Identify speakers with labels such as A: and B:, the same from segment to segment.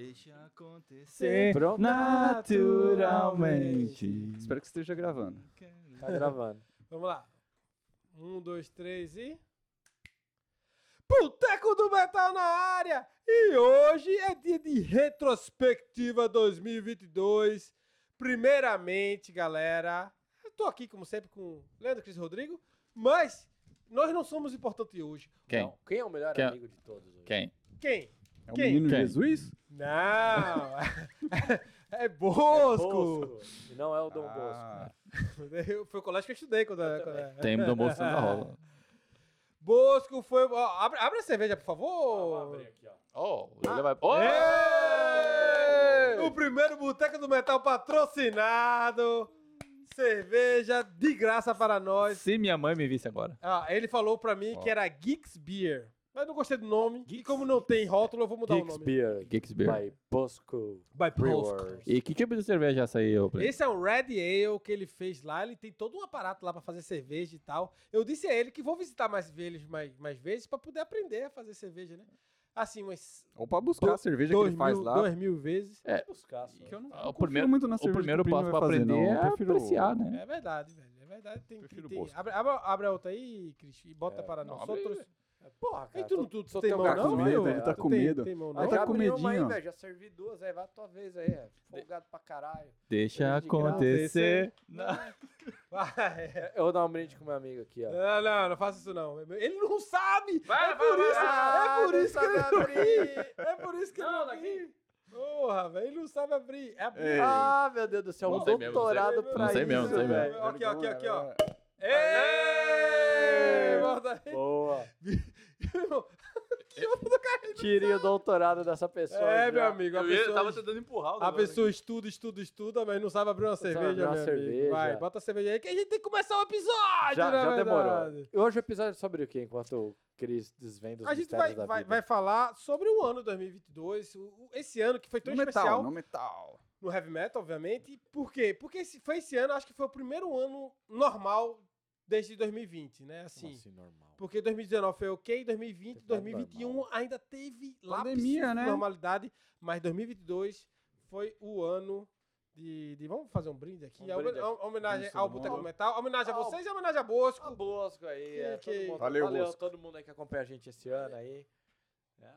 A: Deixa acontecer
B: Pronto.
A: naturalmente.
B: Espero que esteja gravando.
C: Tá gravando.
D: Vamos lá. Um, dois, três e. Boteco do Metal na área! E hoje é dia de retrospectiva 2022. Primeiramente, galera, eu tô aqui, como sempre, com Leandro Cris Rodrigo, mas nós não somos importantes hoje.
A: Quem?
C: Não, quem é o melhor
A: Quem é-
C: amigo de todos? hoje?
A: Quem?
D: Quem?
B: É o
A: um
D: Quem?
B: menino
A: Quem?
B: Jesus?
D: Não! é
C: É
D: Bosco!
C: E não é o Dom
B: Ah,
D: Eu- Foi o colégio que eu estudei quando era. quando era-
A: Tem Dom Bosco na rola.
D: Bosco foi. ó, abre, abre a cerveja, por favor!
C: Bosco. Abri aqui, ó.
A: Oh, ele vai. Oh!
D: Ê! O primeiro Boteco do Metal patrocinado. Cerveja de graça para nós.
A: Se minha mãe me visse agora.
D: Ah, ele falou pra mim que era Geeks Beer. Mas eu não gostei do nome. E como não tem rótulo, eu vou mudar
C: Geeks
D: o nome.
C: Beer.
A: Geeks Beer.
C: By Bosco.
D: By Bosco.
C: Brewers.
A: E que tipo de cerveja é essa aí, ô Play?
D: Esse é um Red Ale que ele fez lá. Ele tem todo um aparato lá pra fazer cerveja e tal. Eu disse a ele que vou visitar mais eles mais, mais vezes pra poder aprender a fazer cerveja, né? Assim, umas
B: ou pra buscar a cerveja que
D: dois,
B: ele faz
D: mil,
B: lá.
D: dois mil vezes.
A: É.
C: Buscar só.
B: não
A: Ah, o
B: confio
A: primeiro-
B: muito na
A: O
B: cerveja que
A: primeiro
B: Plínio
A: passo
B: vai
A: pra
B: fazer,
A: aprender
B: não. Eu
A: é
B: prefiro-
A: apreciar, né?
D: É verdade, velho. É verdade. Tem, tem,
B: Prefiro
D: tem-
B: Bosco.
D: Abre, abre, abre a outra aí, Cris, e bota para
A: não,
D: nós
A: abre-
D: outros.
C: É Porra,
D: Aí
C: cara.
D: tu, não-
C: tô-
D: tu, tu
C: sou
D: tem
C: teu
D: mão
B: Tá
C: garçom,
D: não,
B: com
D: meu?
B: medo, ele tá
D: Tu
B: com
D: tem-
B: medo.
D: tem mão
B: Ah,
D: não?
B: tá
C: já
B: com
C: abri uma aí,
B: medinho.
C: velho. Já servi duas aí. Vai a tua vez aí. É. Folgado pra caralho.
A: Deixa acontecer. Na-
D: Vai.
C: Eu vou dar um brinde com meu amigo aqui, ó.
D: Não, É, não, não faça isso não. Ele não sabe!
C: Vai,
D: é
C: vai,
D: por
C: vai,
D: isso,
C: vai.
D: é por isso que ele não
C: Sabe abrir.
D: É por isso que ele
C: Não,
D: não
C: daqui.
D: tem. Porra, velho, ele não sabe abrir. É abrir.
B: Ei.
C: Ah, meu Deus do céu.
A: Não
C: Um
A: sei mesmo, não sei
C: doutorado
D: mesmo.
C: pra
A: Não sei
C: isso,
A: mesmo, não sei mesmo.
C: velho.
D: Aqui, ó, aqui, aqui, ó.
C: Aê!
D: Ei! Volta aí.
C: Boa.
D: Que onda do cara.
C: Tirei o doutorado dessa pessoa.
D: É,
C: já.
D: meu amigo, a pessoa
A: tentando empurrar o
D: A pessoa estuda, estuda, estuda, mas não sabe abrir uma
C: sabe
D: cerveja,
C: abrir uma
D: meu amigo.
C: cerveja.
D: Vai, bota a cerveja aí que a gente tem que começar o episódio, na
C: Já, já
D: né, verdade.
C: demorou. Hoje o episódio é sobre o quê? Enquanto o Cris desvenda os
D: A gente
C: mistérios
D: vai,
C: da
D: vai,
C: vida.
D: vai falar sobre o ano 2022, o- o- esse ano que foi tão
B: No metal,
D: especial
B: no metal.
D: no heavy metal, obviamente. E Por quê? Porque esse, foi esse ano, acho que foi o primeiro ano normal desde 2020, né? Assim,
C: Como assim, normal.
D: porque 2019 foi ok, 2020,
C: Tentando
D: 2021
C: normal.
D: ainda teve lapsos
B: Pandemia,
D: de
B: né?
D: normalidade, mas 2022 foi o ano de, de- vamos fazer um brinde aqui,
C: Um brinde
D: Homen- homenagem
B: Isso,
D: ao
B: vamos
D: Boteco
B: lá.
D: do Metal, homenagem a
C: Ao-
D: vocês e homenagem a Bosco.
C: Ah, Bosco aí. é,
D: Que-
C: todo
D: que-
C: mundo-
B: Valeu,
C: valeu,
B: Bosco.
C: todo mundo aí que acompanha a gente esse ano aí. É.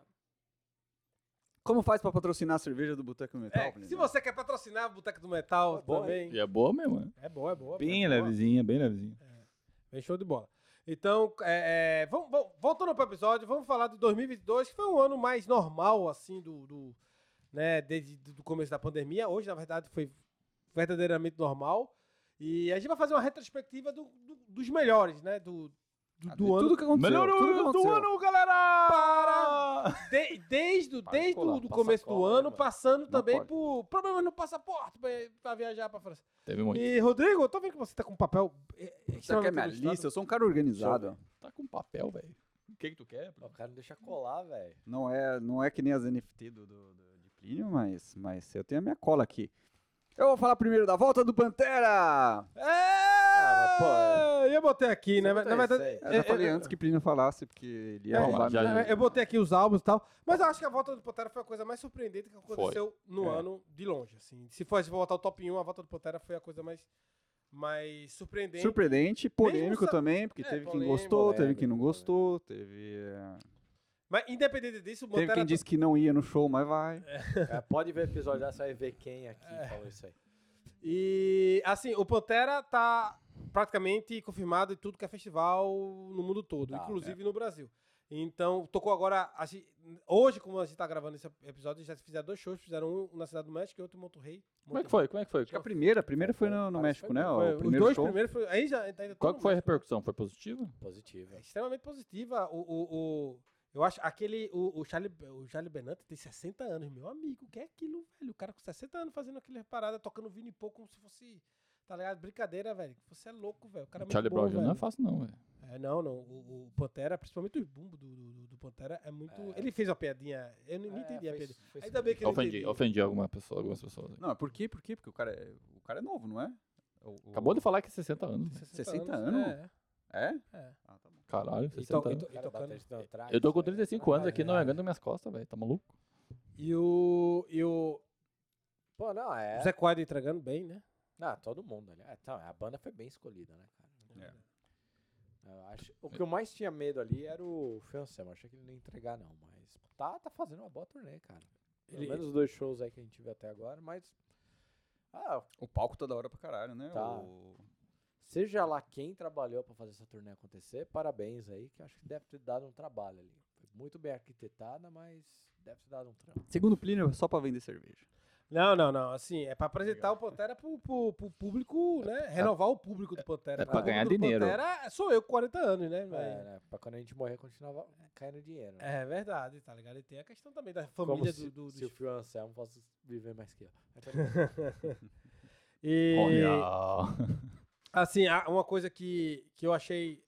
B: Como faz pra patrocinar a cerveja do Boteco do Metal,
D: É,
B: Plínio?
D: se você quer patrocinar o Boteco do Metal
C: Tá bom,
D: também,
A: E é boa mesmo, né?
D: é boa, é boa.
A: Bem
D: é boa.
A: levezinha, bem levezinha.
D: Bem show de bola. Então, é, é, vamos, vamos- voltando para o episódio, vamos falar de 2022, que foi um ano mais normal, assim, do, do, né, desde do começo da pandemia. Hoje, na verdade, foi verdadeiramente normal. E a gente vai fazer uma retrospectiva do- do- dos melhores, né, do, do,
B: Ah,
D: do
B: de
D: ano.
B: Tudo que aconteceu.
A: Melhor
B: tudo que
A: ano do
B: aconteceu.
A: ano, galera!
D: De- desde o-
C: Para de
D: desde
C: colar,
D: o do
C: passa
D: começo do
C: cola, né,
D: ano,
C: mano?
D: passando também
B: pode.
D: por problemas no passaporte para viajar para França.
A: Teve muito.
D: E, Rodrigo, eu tô vendo que você tá com um papel é, é,
B: Isso aqui é
D: extremamente
B: minha
D: ilustrado.
B: lista, eu sou um cara organizado.
A: Tá com papel, velho. O que que tu quer?
C: O cara não deixa colar, velho.
B: Não é, não é que nem as NFT do, do- do- de Plínio, mas, mas eu tenho a minha cola aqui. Eu vou falar primeiro da volta do Pantera!
D: É!
C: Ah,
D: eu botei aqui, né?
C: Você botou
D: Na verdade,
C: isso
A: É,
B: Eu já falei antes que Plínio falasse, porque ele ia
D: É,
B: roubar.
A: já-
B: minha-
D: eu botei aqui os álbuns e tal. Mas eu acho que a volta do Pantera foi a coisa mais surpreendente que aconteceu no
B: É.
D: ano de longe. Assim. Se fosse voltar ao top 1, a volta do Pantera foi a coisa mais, mais surpreendente.
B: Surpreendente, polêmico
D: sa-
B: também, porque
D: É,
B: teve quem
D: polêmico,
B: gostou, teve quem não
C: polêmico.
B: gostou, teve, é,
D: Mas independente disso, o
B: teve
D: Pantera.
B: quem disse que não ia no show, mas vai.
C: É, pode ver o episódio lá, você vai ver quem aqui
D: É.
C: falou isso aí.
D: E assim, o Pantera tá praticamente confirmado em tudo que é festival no mundo todo,
C: Tá,
D: inclusive no Brasil. Então, tocou agora. a gente- hoje, como a gente tá gravando esse episódio, já fizeram dois shows, fizeram um na Cidade do México e outro em Monterrey.
A: Como é que foi? Como é que foi?
B: Acho que a primeira, a primeira foi no, no México, né? o primeiro
D: os dois
B: show.
D: primeiros foi, aí já ainda tá
A: Qual que foi a repercussão? Foi positiva?
C: Positivo.
D: É extremamente positiva. O, o, o- eu acho aquele. O, o, Charlie, o Charlie Benante tem 60 anos, meu amigo. O que é aquilo, velho? O cara com 60 anos fazendo aquela parada, tocando Vini Pouco como se fosse. Tá ligado? Brincadeira, velho. Você é louco, velho. O cara é muito
A: Charlie
D: bom,
A: Brown Jr. não é
D: velho.
A: fácil, não, velho.
D: É, não, não. O, o Pantera, principalmente os bumbo do, do, do Pantera, é muito. Ele fez uma piadinha. Eu nem
C: É,
D: entendi a
C: foi-
D: piadinha.
C: foi
D: Ainda bem que eu não
A: Ofendi,
D: entendi.
A: ofendi alguma pessoa, algumas pessoas. aí.
B: Não, por quê? Por quê? Porque o cara é, o cara é novo, não é? O- o-
A: Acabou de falar que é 60 anos. velho.
B: 60 anos?
D: É.
B: É?
D: É.
B: Ah, tá bom.
A: Caralho,
D: E,
A: 60
D: to, e,
A: anos.
D: to, e tocando.
C: né?
A: Eu tô com 35 anos
C: velho.
A: aqui, não aguento minhas costas, velho. Tá maluco?
D: E o. E o.
C: Não, não, é.
D: O Zé Quadro entregando bem, né?
C: Ah, todo mundo ali. Ah, Então, a banda foi bem escolhida, né,
D: É.
C: cara? Eu acho, o que
A: É.
C: eu mais tinha medo ali era o Fiancema. Achei que ele não ia entregar, não. Mas tá, tá fazendo uma boa turnê, cara. Pelo
D: Ele-
C: menos os dois shows aí que a gente viu até agora, mas. Ah,
B: O palco toda hora pra caralho, né?
C: Tá.
B: O-
C: seja lá quem trabalhou pra fazer essa turnê acontecer, parabéns aí, que eu acho que deve ter dado um trabalho ali. Foi muito bem arquitetada, mas deve ter dado um trampo.
B: Segundo Plínio, é só pra vender cerveja.
D: Não, não, não. Assim, é pra apresentar o Pantera pro, pro, pro público, né? Renovar o público do Pantera.
A: É pra
D: O
A: ganhar
D: público do
A: dinheiro.
D: Pantera é, sou eu com 40 anos, né? velho?
C: É, né? Pra quando a gente morrer, continuava caindo dinheiro. Né?
D: É verdade, tá ligado? E tem a questão também da
C: Como
D: família
C: se,
D: do. do,
C: se o
D: dos-
C: Phil Anselmo fosse viver mais que eu.
D: E,
A: Olha.
D: assim, a- uma coisa que, que eu achei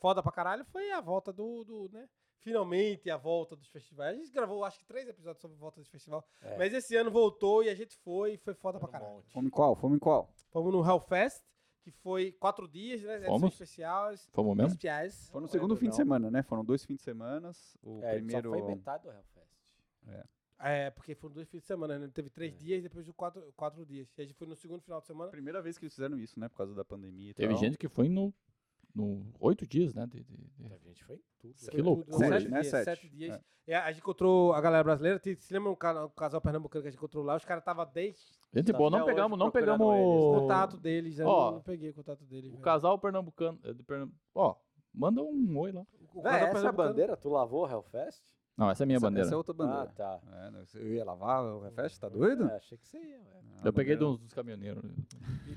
D: foda pra caralho foi a volta do. do, né? Finalmente a volta dos festivais. A gente gravou, acho que, três episódios sobre volta dos festivais.
C: É.
D: Mas esse ano voltou e a gente foi e foi foda pra
C: Era um
D: caralho.
C: monte.
B: Fome em qual? Fome em qual?
D: Fomos no Hellfest, que foi quatro dias, né?
A: Fomos?
D: especiais.
A: Fomos mesmo?
D: Especiais.
B: Foi no
C: Não
B: segundo
C: lembro,
B: fim de
C: não.
B: semana, né? Foram dois fins de semana. O
C: É, ele
B: primeiro.
C: só foi metade do Hellfest.
D: É, porque foram dois fins de semana, né? Teve três
C: É.
D: dias, depois de quatro, quatro dias. E a gente foi no segundo final de semana.
B: Primeira vez que eles fizeram isso, né? Por causa da pandemia e
A: Teve
B: tal.
A: gente que foi no, no oito dias, né? de- de-
B: É.
A: de-
C: A gente foi em tudo.
A: Que
D: Foi tudo,
A: loucura,
D: sete
B: né?
D: dias,
B: Sete.
D: sete É. dias. E a a gente encontrou a galera brasileira. Te- Se lembra um ca- um casal pernambucano que a gente encontrou lá? Os caras estavam desde
A: Gente
C: Tá
A: boa, não
C: até hoje
A: pegamos, não
C: procurando
A: pegamos
D: o
A: o
D: né? contato deles. Eu
A: Ó,
D: não peguei o contato deles.
A: O
D: velho.
A: casal pernambucano. eh, de Pernam- Ó, manda um oi lá.
D: O casal
C: Véi, essa é a
D: pernambucano-
C: bandeira? Tu lavou o Hellfest?
A: Não, essa é minha
B: essa,
A: bandeira.
B: Essa é outra
C: Ah,
B: bandeira.
C: tá.
B: É, não, eu ia lavar o refest, tá doido?
C: É, achei que você ia, velho.
A: eu peguei dos, dos caminhoneiros.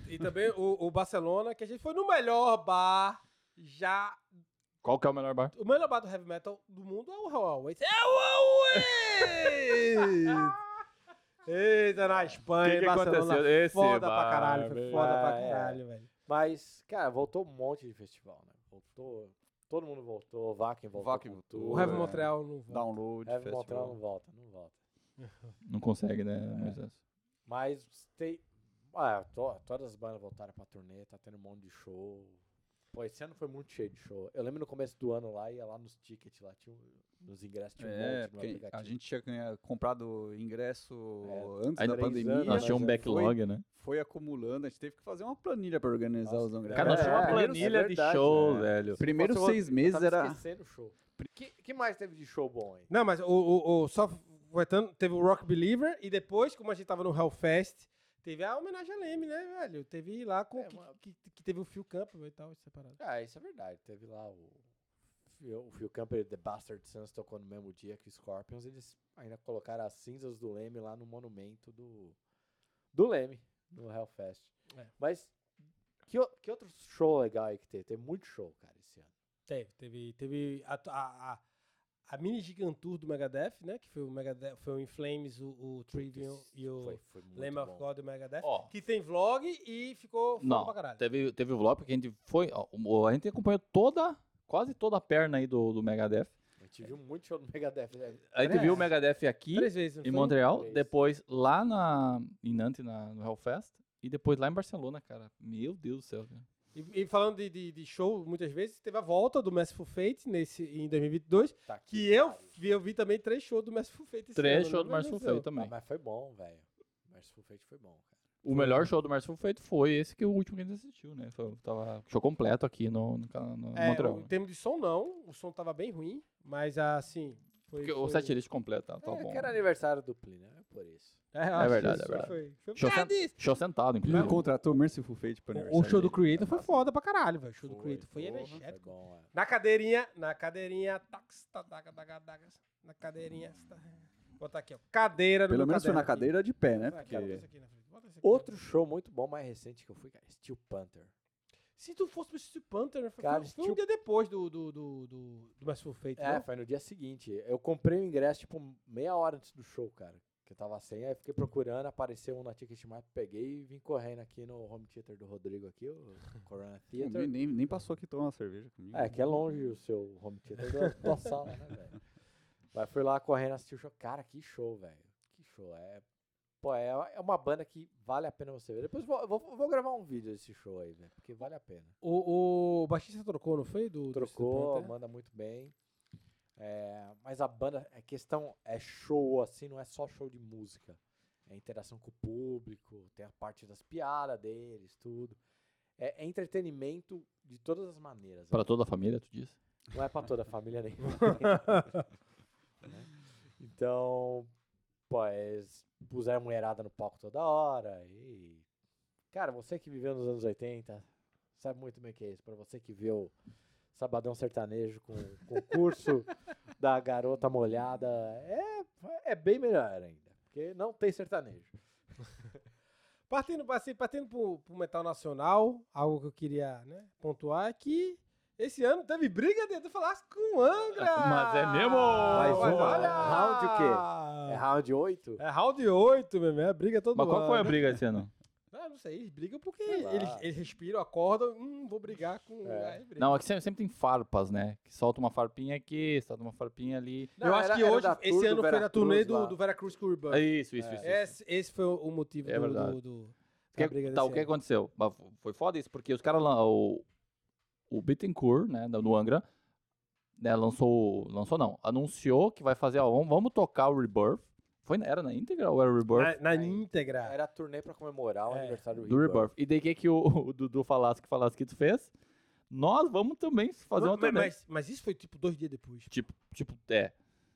D: E, e também o, o Barcelona, que a gente foi no melhor bar já.
A: Qual que é o melhor bar?
D: O melhor bar do heavy metal do mundo é o Huawei. É o Huawei! Eita, na Espanha, em Barcelona.
A: Esse
D: Foda pra caralho, foi foda pra
C: Ah, é.
D: caralho, velho.
C: Mas, cara, voltou um monte de festival, né? Voltou. Todo mundo voltou. Vakin voltou.
B: Vakin
C: com
B: voltou,
C: tudo. né?
D: O Heavy
B: é.
D: Montreal não volta.
B: Download,
C: Heavy Montreal
B: festival.
C: não volta, não volta.
A: Não consegue, né, Moisés?
C: Mas tem. Ah, to- todas as bandas voltaram pra turnê, tá tendo um monte de show. Pô, esse ano foi muito cheio de show. Eu lembro no começo do ano lá, ia lá nos tickets, lá tinha um- nos ingressos, tinha um
B: É,
C: monte no
B: porque
C: aplicativo.
B: a gente tinha ganha- comprado ingresso antes
A: Aí
B: da
C: três
B: pandemia.
C: anos,
A: Nós
C: Mas
A: tinha um
C: é,
A: backlog, né?
B: Foi acumulando, a gente teve que fazer uma planilha pra organizar
C: Nossa,
B: os ingressos.
A: Cara, nós
C: É,
A: tinha uma
C: é
A: planilha de
C: verdade,
A: show,
B: é.
A: velho.
B: Primeiros
C: Nossa, eu-
B: seis meses
C: Tava
B: era.
C: tá esquecendo o show. Que, que mais teve de show bom aí?
D: Não, mas o, o, o só voltando, teve o Rock Believer e depois, como a gente tava no Hellfest, teve a homenagem a Leme, né, velho? Teve lá com
C: É,
D: que,
C: uma-
D: que, que teve o Phil Campbell e tal, separado.
C: Ah, isso é verdade. Teve lá o. O Phil Camper The Bastard Sons tocou no mesmo dia que o Scorpions. Eles ainda colocaram as cinzas do Leme lá no monumento do. Do Leme, no Hellfest.
D: É.
C: Mas. Que, o- que outro show legal aí que teve? Teve muito show, cara, esse ano.
D: Teve, teve, teve a, a, a, a mini gigantour do Megadeth, né? Que foi o Megadeth, foi o In Flames, o, o Trivium
C: Putz,
D: e
C: foi,
D: o
C: foi muito
D: Lamb of
C: bom.
D: God do Megadeth.
A: Ó.
D: Que tem vlog e ficou foda pra
A: Não,
D: caralho.
A: teve, teve o vlog, porque a gente foi. ó, o- a gente acompanhou toda, quase toda a perna aí do, do Megadeth.
C: A gente viu muito show do Megadeth. né?
A: A gente
D: Três.
A: viu o Megadeth aqui.
D: Três vezes, não
A: em
D: foi?
A: Montreal,
C: Três.
A: depois lá na, em Nantes, na, no Hellfest, e depois lá em Barcelona, cara. Meu Deus do céu, cara.
D: E, e falando de, de, de show, muitas vezes, teve a volta do Merciful Fate nesse, em 2022,
C: Tá aqui,
D: que eu
C: pariu.
D: vi, eu vi também três shows do Merciful Fate esse ano,
A: Três
D: né?
A: shows do
D: Mas
A: Márcio
D: não
A: Feito
C: Ah,
A: também.
C: mas foi bom, velho. Merciful Fate foi bom, cara.
A: O melhor show do Márcio Feito foi esse que é o último que a gente assistiu, né? Foi, tava show completo aqui no, no, ca- no
D: É,
A: Montreal. né?
D: o- em termos de som, não. O som tava bem ruim, mas assim. Foi,
A: Porque o
D: foi-
A: setlist completo tá, tá
C: é
A: bom.
C: que era aniversário do Plínio, é por isso.
D: É, eu acho que
A: verdade,
D: isso
A: é verdade.
D: Foi, foi
A: Show
D: verdade.
A: Show sentado, inclusive.
B: Não é contratou Merciful Fate pra
D: O, o show do Creator foi foda pra caralho, velho. O show do
C: Foi,
D: Creator foi
C: porra,
D: energético.
C: Foi bom, é.
D: Na cadeirinha, na cadeirinha. tá, Tax, ta, daga, daga, daga, na cadeirinha. ta. Botar aqui, ó. Cadeira no
B: Pelo
D: meu
B: menos foi na
D: caderno
B: cadeira de pé, né?
D: aqui. Ah, cara, bota
B: Porque
D: isso aqui na frente, bota isso aqui na
C: Outro show muito bom, mais recente que eu fui, cara, Steel Panther.
D: frente. Se tu fosse pro Steel Panther, né? foi,
C: Cara,
D: foi um
C: Steel-
D: dia depois do, do, do, do, do Merciful Fate,
C: É,
D: né?
C: foi no dia seguinte. Eu comprei o ingresso, tipo, meia hora antes do show, cara. Que eu tava sem, aí fiquei procurando, apareceu um na Ticketmaster, peguei e vim correndo aqui no home theater do Rodrigo aqui, o Corona
B: nem,
C: Theater.
B: nem, nem passou aqui tomar uma cerveja comigo.
C: É, que é longe o seu home theater da tua sala, né, velho? Mas fui lá correndo assistir o show. Cara, que show, velho. Que show. É. Pô, é, é uma banda que vale a pena você ver. Depois vou, vou, vou gravar um vídeo desse show aí, velho. Porque vale a pena.
D: O, o baixista trocou, não foi? Do, do Steel
C: Trocou,
D: Panther?
C: manda muito bem. É, mas a banda, a questão é show, assim, não é só show de música. é interação com o público, tem a parte das piadas deles, tudo. É, é entretenimento de todas as maneiras.
A: Para
C: né?
A: toda a família, tu diz?
C: Não é pra toda a família nem. Né? então, pô, é, puseram mulherada no palco toda hora. E, cara, você que viveu nos anos 80, sabe muito bem o que é isso. Pra você que viu Sabadão Sertanejo com o concurso da garota molhada, é, é bem melhor ainda. Porque não tem sertanejo.
D: Partindo, assim, partindo pro, pro metal nacional, algo que eu queria né, pontuar é que esse ano teve briga dentro do Falasco com o Angra.
A: Mas é mesmo?
D: Mas
C: Mas o-
D: olha!
C: round o
D: Ah.
C: É round 8?
D: É round 8 mesmo, é briga todo
A: Mas
D: ano.
A: qual foi a briga esse ano?
D: Ah, não sei, eles brigam porque
C: Sei lá.
D: eles, eles respiram, acordam, hum, vou brigar com...
C: É.
D: aí briga.
A: Não, é que sempre, sempre tem farpas, né? Que solta uma farpinha aqui, solta uma farpinha ali.
C: Não,
D: eu acho
C: era-
D: que
C: era
D: hoje,
C: da tour
D: esse
C: do
D: ano foi na
C: Veracruz
D: turnê do,
C: lá.
D: do Veracruz com o Urbano.
A: É isso, isso, isso. isso.
D: Esse, esse foi o motivo
A: É
D: do,
A: verdade.
D: do, do- da
A: Porque,
D: briga
A: tá, o
D: desse
A: que
D: ano.
A: aconteceu? Mas fo- Foi foda isso, porque os caras lá, o, o Bittencourt, né, da- do Angra, né, lançou, lançou não, anunciou que vai fazer, ó, vamos, vamos tocar o Rebirth. Foi, na- era na íntegra ou era o Rebirth?
D: Na, na
C: Aí.
D: íntegra.
C: Era a turnê pra comemorar o
D: É,
C: aniversário
A: do Rebirth. E daí o que que o, o Dudu Falasco Falasquito fez? Nós vamos também fazer uma
D: Mas- mas,
A: também.
D: mas, mas isso foi tipo dois dias depois.
A: Tipo, tipo, é.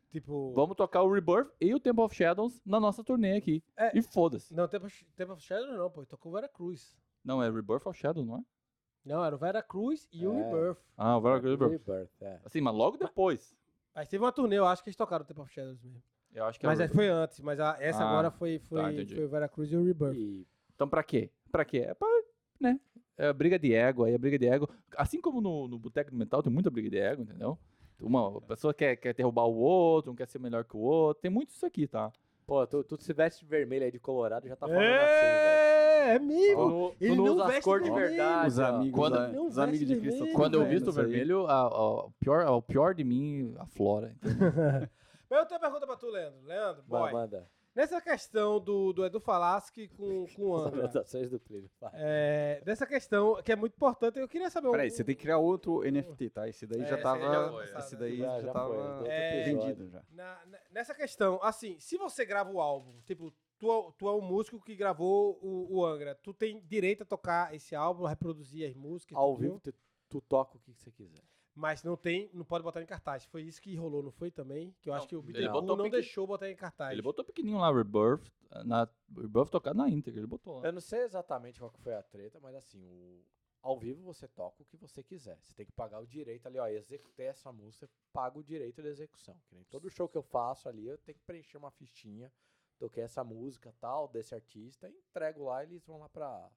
D: Tipo...
A: Vamos tocar o Rebirth e o Temple of Shadows na nossa turnê aqui.
D: É.
A: E foda-se.
D: Não, Temple of- Temple of Shadow não, pô. Tocou o Veracruz.
A: Não, é Rebirth of Shadows, não é?
D: Não, era o Veracruz e o
C: É.
D: Rebirth.
A: Ah, o Rebirth.
C: Rebirth, é.
A: Assim, mas logo depois.
D: Mas teve uma turnê, eu acho que eles tocaram o Temple of Shadows mesmo.
A: Eu acho que é o
D: Mas aí
A: Rebirth.
D: foi antes, mas a- essa
A: Ah,
D: agora foi, foi,
A: entendi.
D: foi o Veracruz e o Rebirth.
C: E
A: Então, pra quê? Pra quê? É pra, né? É a briga de ego, aí a briga de ego. Assim como no, no Boteco do Metal tem muita briga de ego, entendeu? Uma pessoa quer, quer derrubar o outro, um quer ser melhor que o outro. Tem muito isso aqui, tá?
C: Pô, tu, tu se veste de vermelho aí de colorado já tá falando assim, velho.
D: é, é
C: Ó,
D: mesmo. ele
C: tu não
D: não
C: usa as
D: veste
C: cores de
D: vermelho.
C: verdade.
B: Os
C: ó.
B: amigos,
A: Quando-
B: da-
D: Não
B: os amigos de
D: veste
B: Cristo.
D: vermelho,
B: tudo
A: Quando eu
B: bem,
A: visto o
B: isso aí.
A: vermelho, a- a- o pior, o pior de mim aflora. entendeu?
D: Mas eu tenho uma pergunta pra tu, Leandro. Leandro,
C: Vai,
D: boy.
C: manda.
D: Nessa questão do, do Edu Falaschi com, com o
C: As
D: Angra.
C: anotações do Plínio. Vai.
D: É, dessa questão que é muito importante, eu queria saber. um-
B: Peraí, você tem que criar outro NFT, tá? Esse daí
D: É,
B: já
D: esse aí
B: tava.
D: já foi,
B: esse
D: passado,
B: daí
C: né?
B: já,
C: Já- já
B: É tava
C: foi, outro
D: É.
B: vendido já.
D: na- na- nessa questão, assim, se você grava o álbum, tipo, tu, é o- tu é o músico que gravou o, o Angra, tu tem direito a tocar esse álbum, reproduzir as músicas,
C: Ao
D: tudo,
C: vivo tu, tu toca o que que você quiser.
D: mas não tem, não pode botar em cartaz. Foi isso que rolou, não foi também? Que eu acho que o Peter
A: botou
D: não
A: pique-
D: deixou botar em cartaz.
A: Ele botou pequenininho lá, Rebirth, na, Rebirth tocar na íntegra. Ele botou lá.
C: Eu não sei exatamente qual que foi a treta, mas assim, o... ao vivo você toca o que você quiser. Você tem que pagar o direito ali, ó, executar essa música, você paga o direito da execução. Que nem todo show que eu faço ali, eu tenho que preencher uma fichinha, toquei essa música tal, desse artista, entrego lá, eles vão lá pra...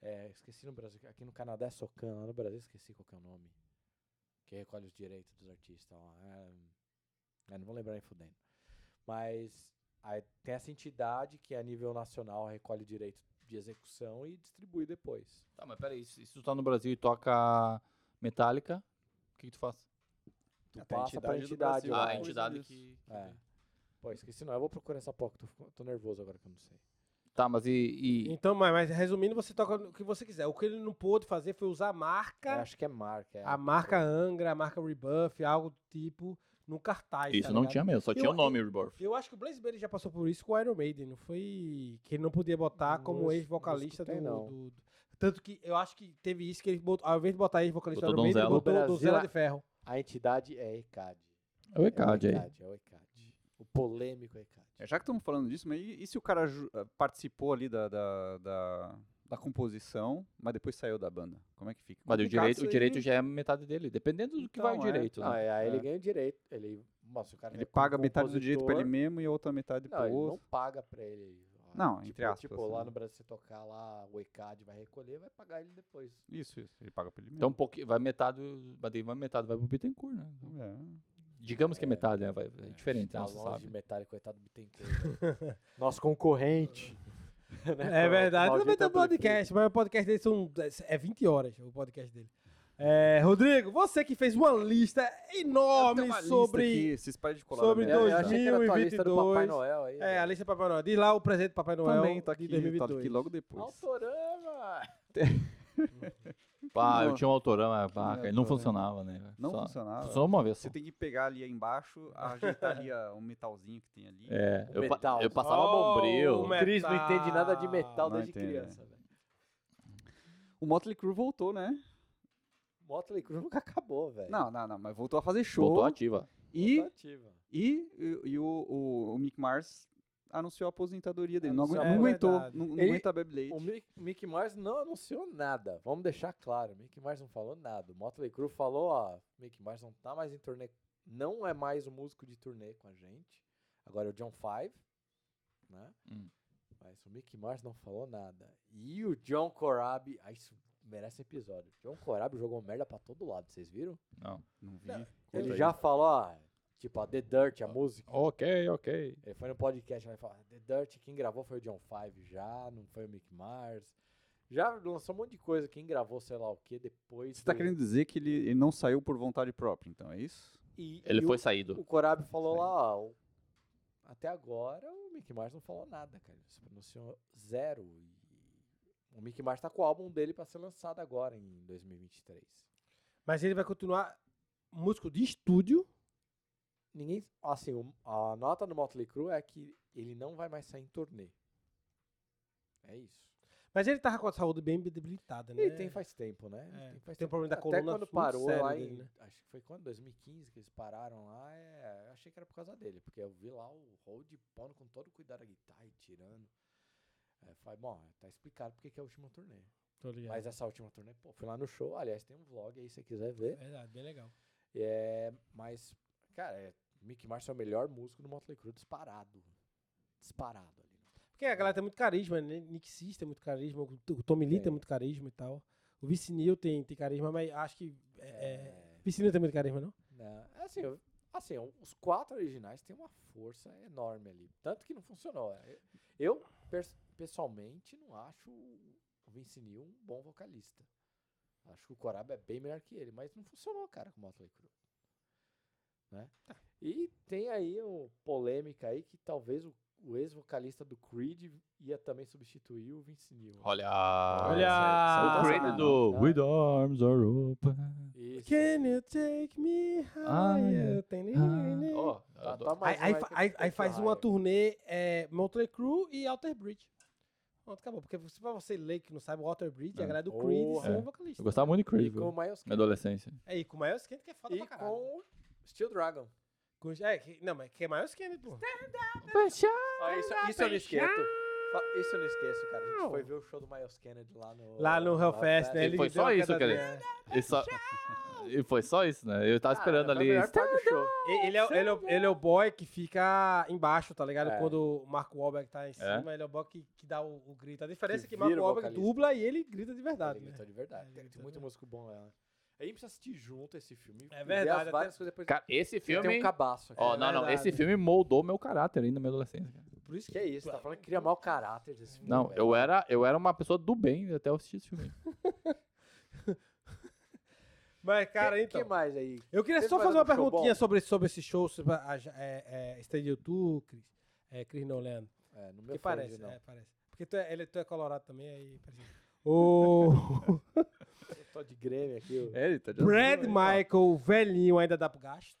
C: é, esqueci no Brasil, aqui no Canadá é Socan, lá no Brasil esqueci qual que é o nome. Que recolhe os direitos dos artistas lá. É, eu não vou lembrar nem fudendo. Mas Aí tem essa entidade que a nível nacional recolhe o direito de execução e distribui depois.
A: Tá, mas peraí, se, se tu tá no Brasil e toca Metallica, o que, que tu faz?
C: Tu
B: Até a
C: passa pra
B: entidade do
C: entidade.
B: Brasil,
C: lá.
B: Ah, a
A: entidade
B: isso.
A: que.
C: É. Pô, esqueci não. Eu vou procurar essa POC. Tô, fico- tô nervoso agora que eu não sei.
A: Tá, mas e. e-
D: Então, mas, mas resumindo, você toca o que você quiser. O que ele não pôde fazer foi usar a
C: Eu
D: marca,
C: acho que é marca. É
D: a marca Angra, a marca Rebuff, algo do tipo, num cartaz. tá
A: Isso não
D: ligado?
A: tinha mesmo, só tinha
D: Eu-
A: o nome Rebirth.
D: Eu acho que o Blaze Bailey já passou por isso com o Iron Maiden, não foi? Que ele não podia botar como
C: Não es-
D: ex-vocalista
C: não
D: do,
C: escutei, não.
D: do- do- Tanto que eu acho que teve isso que ele botou. Ao invés de botar ex-vocalista do Iron
A: Botou
D: Maiden, ele
A: Donzella.
D: botou
C: No
D: Donzella de
C: Brasil,
D: Ferro.
C: A entidade é ECAD.
A: É o ECAD aí.
C: É o ECAD. O polêmico ECAD.
B: É, Já que estamos falando disso, mas e, e se o cara ju- eh, participou ali da, da, da, da composição, mas depois saiu da banda? Como é que fica?
A: Mas o
B: Complicado
A: direito,
B: isso
A: o
B: aí,
A: direito
B: hein?
A: já é metade dele, dependendo do que vai o
B: Então, é.
A: direito.
C: Não,
A: né?
C: é, aí ele
B: É.
C: ganha o direito. Ele, nossa, o cara
B: Ele
C: é
B: paga metade do direito pra ele
C: compositor.
B: mesmo e a outra metade
C: Não,
B: pro
C: ele não
B: outro.
C: paga pra ele. ó.
B: Não,
C: tipo,
B: entre aspas,
C: Tipo, lá
B: né?
C: no Brasil, você tocar lá, o ECAD vai recolher, vai pagar ele depois.
B: Isso, isso. Ele paga pra ele
A: Então
B: mesmo.
A: um pouquinho, vai metade, mas daí vai metade, vai pro Bittencourt, né?
B: É.
A: Digamos que é metade, né? Vai, é diferente,
C: Tá
A: né? Você
C: longe
A: sabe.
C: de Metallica, coitado do Bittencourt. velho. Nosso concorrente.
D: É verdade. Também tem um
C: um
D: podcast, mas o podcast dele são, é 20 horas, o podcast dele. É, Rodrigo, você que fez uma lista enorme sobre.
B: Esses pais de
D: colada sobre
B: colada.
D: mesmo.
C: Eu achei que era a tua lista do Papai
D: 2022.
C: Noel aí.
D: É, a
C: velho.
D: lista do
B: tá
D: Papai Noel. Diz lá o presente do Papai Noel
B: Também tá
D: de
B: aqui, tá
D: 2022.
B: aqui logo depois.
C: Autorama!
A: Pá, eu
B: Não.
A: tinha um autorama, pá,
B: Não,
A: cara, não
B: tô vendo.
A: funcionava, né?
B: Não
A: só,
B: funcionava.
A: Só uma vez. só.
B: Você tem que pegar ali embaixo, ajeitar ali a- um metalzinho que tem ali.
A: É,
C: O
A: eu, pa-
C: metal.
A: eu passava
D: Oh,
A: bombril.
D: o me-
C: O Cris não entende nada de metal
B: Não
C: desde
B: entendo,
C: criança, velho.
B: O Motley Crue voltou, né?
C: Motley Crue nunca acabou, velho.
B: Não, não, não, mas voltou a fazer show.
A: Voltou né? ativa.
B: E,
C: Tá ativa.
B: e, e, e o, o, o Mick Mars anunciou a aposentadoria dele. Não, agu-
D: Anunciou,
B: não
D: é
B: aguentou.
D: verdade.
B: Não, não
C: Ele-
B: aguenta a Beyblade.
C: O Mick, Mick Mars não anunciou nada. Vamos deixar claro. O Mick Mars não falou nada. O Motley Crue falou, ó, Mick Mars não tá mais em turnê. Não é mais um músico de turnê com a gente. Agora é o John Five, né?
A: Hum.
C: Mas o Mick Mars não falou nada. E o John Corabi... Ah, isso merece episódio. O John Corabi jogou merda pra todo lado, vocês viram?
A: Não.
B: Não vi.
C: Ele
A: aí.
C: já falou, ó, tipo, a The Dirt, a música.
A: Ok, ok.
C: Ele foi no podcast, vai falar, The Dirt, quem gravou foi o John Five já, não foi o Mick Mars. Já lançou um monte de coisa, quem gravou sei lá o que depois.
B: Você tá
C: do-
B: querendo dizer que ele, ele não saiu por vontade própria, então, é isso?
C: E,
A: Ele
C: e
A: foi
C: o,
A: saído.
C: o Corabi falou
B: Isso aí.
C: lá, ó, o- até agora o Mick Mars não falou nada, cara. Ele se pronunciou zero. E o Mick Mars tá com o álbum dele pra ser lançado agora, em 2023.
D: Mas ele vai continuar músico de estúdio.
C: Ninguém. Assim, o- a nota do Motley Crue é que ele não vai mais sair em turnê. É isso.
D: Mas ele tava com a saúde bem debilitada, né?
C: Ele tem faz tempo, né? Ele
D: É,
C: tem faz
D: tem
C: tempo.
D: problema da
C: Até
D: coluna
C: quando
D: muito
C: parou
D: sério
C: lá
D: dele,
C: em-
D: né?
C: Acho que foi quando? 2015 que eles pararam lá. É, eu achei que era por causa dele, porque eu vi lá o hold pondo com todo cuidado a guitarra e tirando. É, falei, bom, tá explicado porque que é a última turnê.
D: Tô ligado.
C: Mas essa última turnê, pô, fui lá no show. Aliás, tem um vlog aí se você quiser ver.
D: Verdade, bem legal.
C: É, mas, cara, é, Mick Mars é o melhor músico do Motley Crue disparado. Disparado ali. né?
D: Porque a galera tem muito carisma, né? Nick Sis tem muito carisma, o T- o Tommy Lee tem
C: Tem.
D: muito carisma e tal. O Vince Neil tem, tem carisma, mas acho que. É, é...
C: É.
D: Vince Neil tem muito carisma, não?
C: Né? É Assim, eu- assim, o- os quatro originais têm uma força enorme ali. Tanto que não funcionou. É, Eu, pers- pessoalmente, não acho o Vince Neil um bom vocalista. Acho que o Corab é bem melhor que ele, mas não funcionou, cara, com o Motley Crue. Né? E tem aí uma polêmica aí que talvez o, o ex-vocalista do Creed ia também substituir o Vince Neil.
A: Olha. é
D: Olha!
A: O credo do
C: Tá.
A: With Arms Are Open.
C: Isso.
D: Can you take me
A: Ah,
D: higher? Tem-
A: Ah, ó, eu
C: Tá,
A: adoro.
C: tá
D: Aí,
C: mais
D: aí
C: um
D: fa-
C: que eu
D: aí-
C: fico
D: aí faz uma
C: raio.
D: turnê é, Motley Crue e Alter Bridge. Pronto, acabou. Porque se pra você ler que não sabe, o Alter Bridge, a
B: É.
D: galera do Creed
C: Porra.
D: são
A: É.
D: vocalistas.
A: Eu gostava muito de
C: E
A: Creed,
C: com o
A: viu?
C: Miles
A: Na
C: Kennedy.
A: adolescência.
D: É, e com o maior esquema que é foda
C: E
D: pra caralho.
C: com o Steel Dragon.
D: Com- É, que- não, mas que é maior esquema, pô.
C: Ó, isso, isso eu não esqueço. Fa- Isso eu não esqueço, cara. A gente foi ver o show do Miles Kennedy lá no.
D: Lá no Hellfest, né?
A: E foi
D: deu
A: só
D: uma
A: isso,
D: queda-
A: cara.
D: é.
A: E, só... e foi só isso, né? Eu tava esperando ali.
D: E- Ele é, o- ele, é, o- ele é o boy que fica embaixo, tá ligado?
C: É.
D: Quando o Marco Wahlberg tá em cima, ele é o boy que, que dá o, o grito. A diferença é que
C: Que
D: Marco
C: vira o
D: Wahlberg
C: vocalista.
D: dubla e ele grita de verdade,
C: Verdade, ele
D: né?
C: gritou de verdade.
D: É, ele
C: Tem-
D: gritou
C: Tem muito
D: de
C: músico bom lá. A gente precisa assistir junto esse filme. e ver
D: É verdade,
C: As
D: até-
C: várias coisas depois.
A: Cara, esse
C: Tem
A: filme.
C: um cabaço aqui.
A: Ó,
D: É
A: não, não.
D: verdade.
A: Esse filme moldou meu caráter ainda na minha adolescência. cara.
D: Por isso
C: Que é isso? Tá falando que cria mau caráter desse filme.
A: Não,
C: velho.
A: eu era, eu era uma pessoa do bem até eu assistir esse filme.
D: Mas,
C: Que-
D: cara,
C: que,
D: então...
C: mais aí?
D: Eu queria
C: Teve
D: só
C: mais
D: fazer uma
C: algum um show
D: perguntinha
C: bom?
D: sobre, sobre esse show, sobre a, a, é, é, Stadio Tu, Cris, é, Cris Nolan.
C: É, no meu
D: Que
C: Ford,
D: parece,
C: não.
D: é, parece. Porque tu é, ele, tu é colorado também, aí... parece- O
C: Eu tô de Grêmio aqui. eu-
A: É, ele tá
D: Brad Michael, velhinho, ainda dá pro gasto.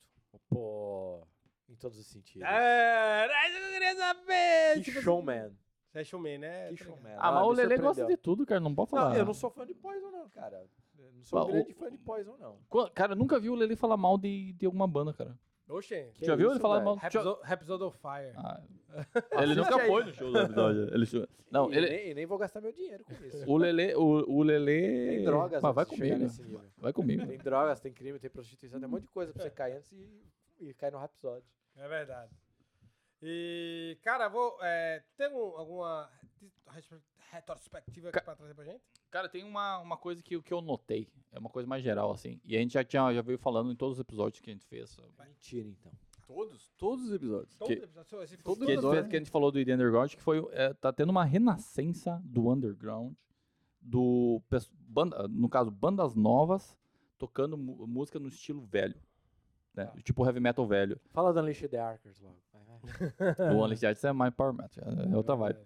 C: Pô. Em todos os sentidos.
D: É, era isso que eu queria saber!
C: Que
D: Tipo,
C: showman.
D: Você é showman, né?
C: Que
D: Tá ligado.
C: showman.
A: Ah, mas
C: me
A: o Lelê gosta
C: surpreendeu.
A: de tudo, cara. Não pode falar.
C: Não, eu não sou fã de Poison, não, cara. Eu não sou um
A: Bah, o-
C: grande fã de Poison, não.
A: Qu- Cara, eu nunca vi o Lelê falar mal de, de alguma banda, cara.
D: Oxê.
C: Que
A: Já viu ele
C: isso,
A: falar
C: velho?
A: mal? Já-
D: Rhapsod- Rhapsody of Fire.
A: Ah, ele nunca
C: aí.
A: foi no show do episódio. Ele chegou- Não,
C: e,
A: ele,
C: nem, e nem vou gastar meu dinheiro com isso.
A: o Lelê. O, o Lelê.
C: Tem drogas
A: Mas vai
C: antes de chegar
A: comigo.
C: nesse nível.
A: Vai comigo.
C: Tem drogas, tem crime, tem prostituição, tem um monte de coisa pra você cair antes e, e cair no rapsódio.
D: É verdade. E, cara, vou. é, tem algum- alguma retro- retrospectiva
A: Ca-
D: pra trazer pra gente?
A: Cara, tem uma, uma coisa que, que eu notei. É uma coisa mais geral, assim. E a gente já, tinha, já veio falando em todos os episódios que a gente fez. sabe?
C: Mentira, então.
B: Todos? Todos os episódios.
D: Todo
A: Que-
D: episódio, esse foi
A: Que a, gente
D: todo
A: fez, que a gente falou do The Underground, que foi. é, tá tendo uma renascença do underground. Do. pes- Banda, no caso, bandas novas tocando mu- música no estilo velho. Né?
D: Tá.
A: Tipo heavy metal velho.
C: Fala da Unleashed the Arkers logo. Vai, vai.
A: o Unleashed Arts é My Power Metal. É outra vibe.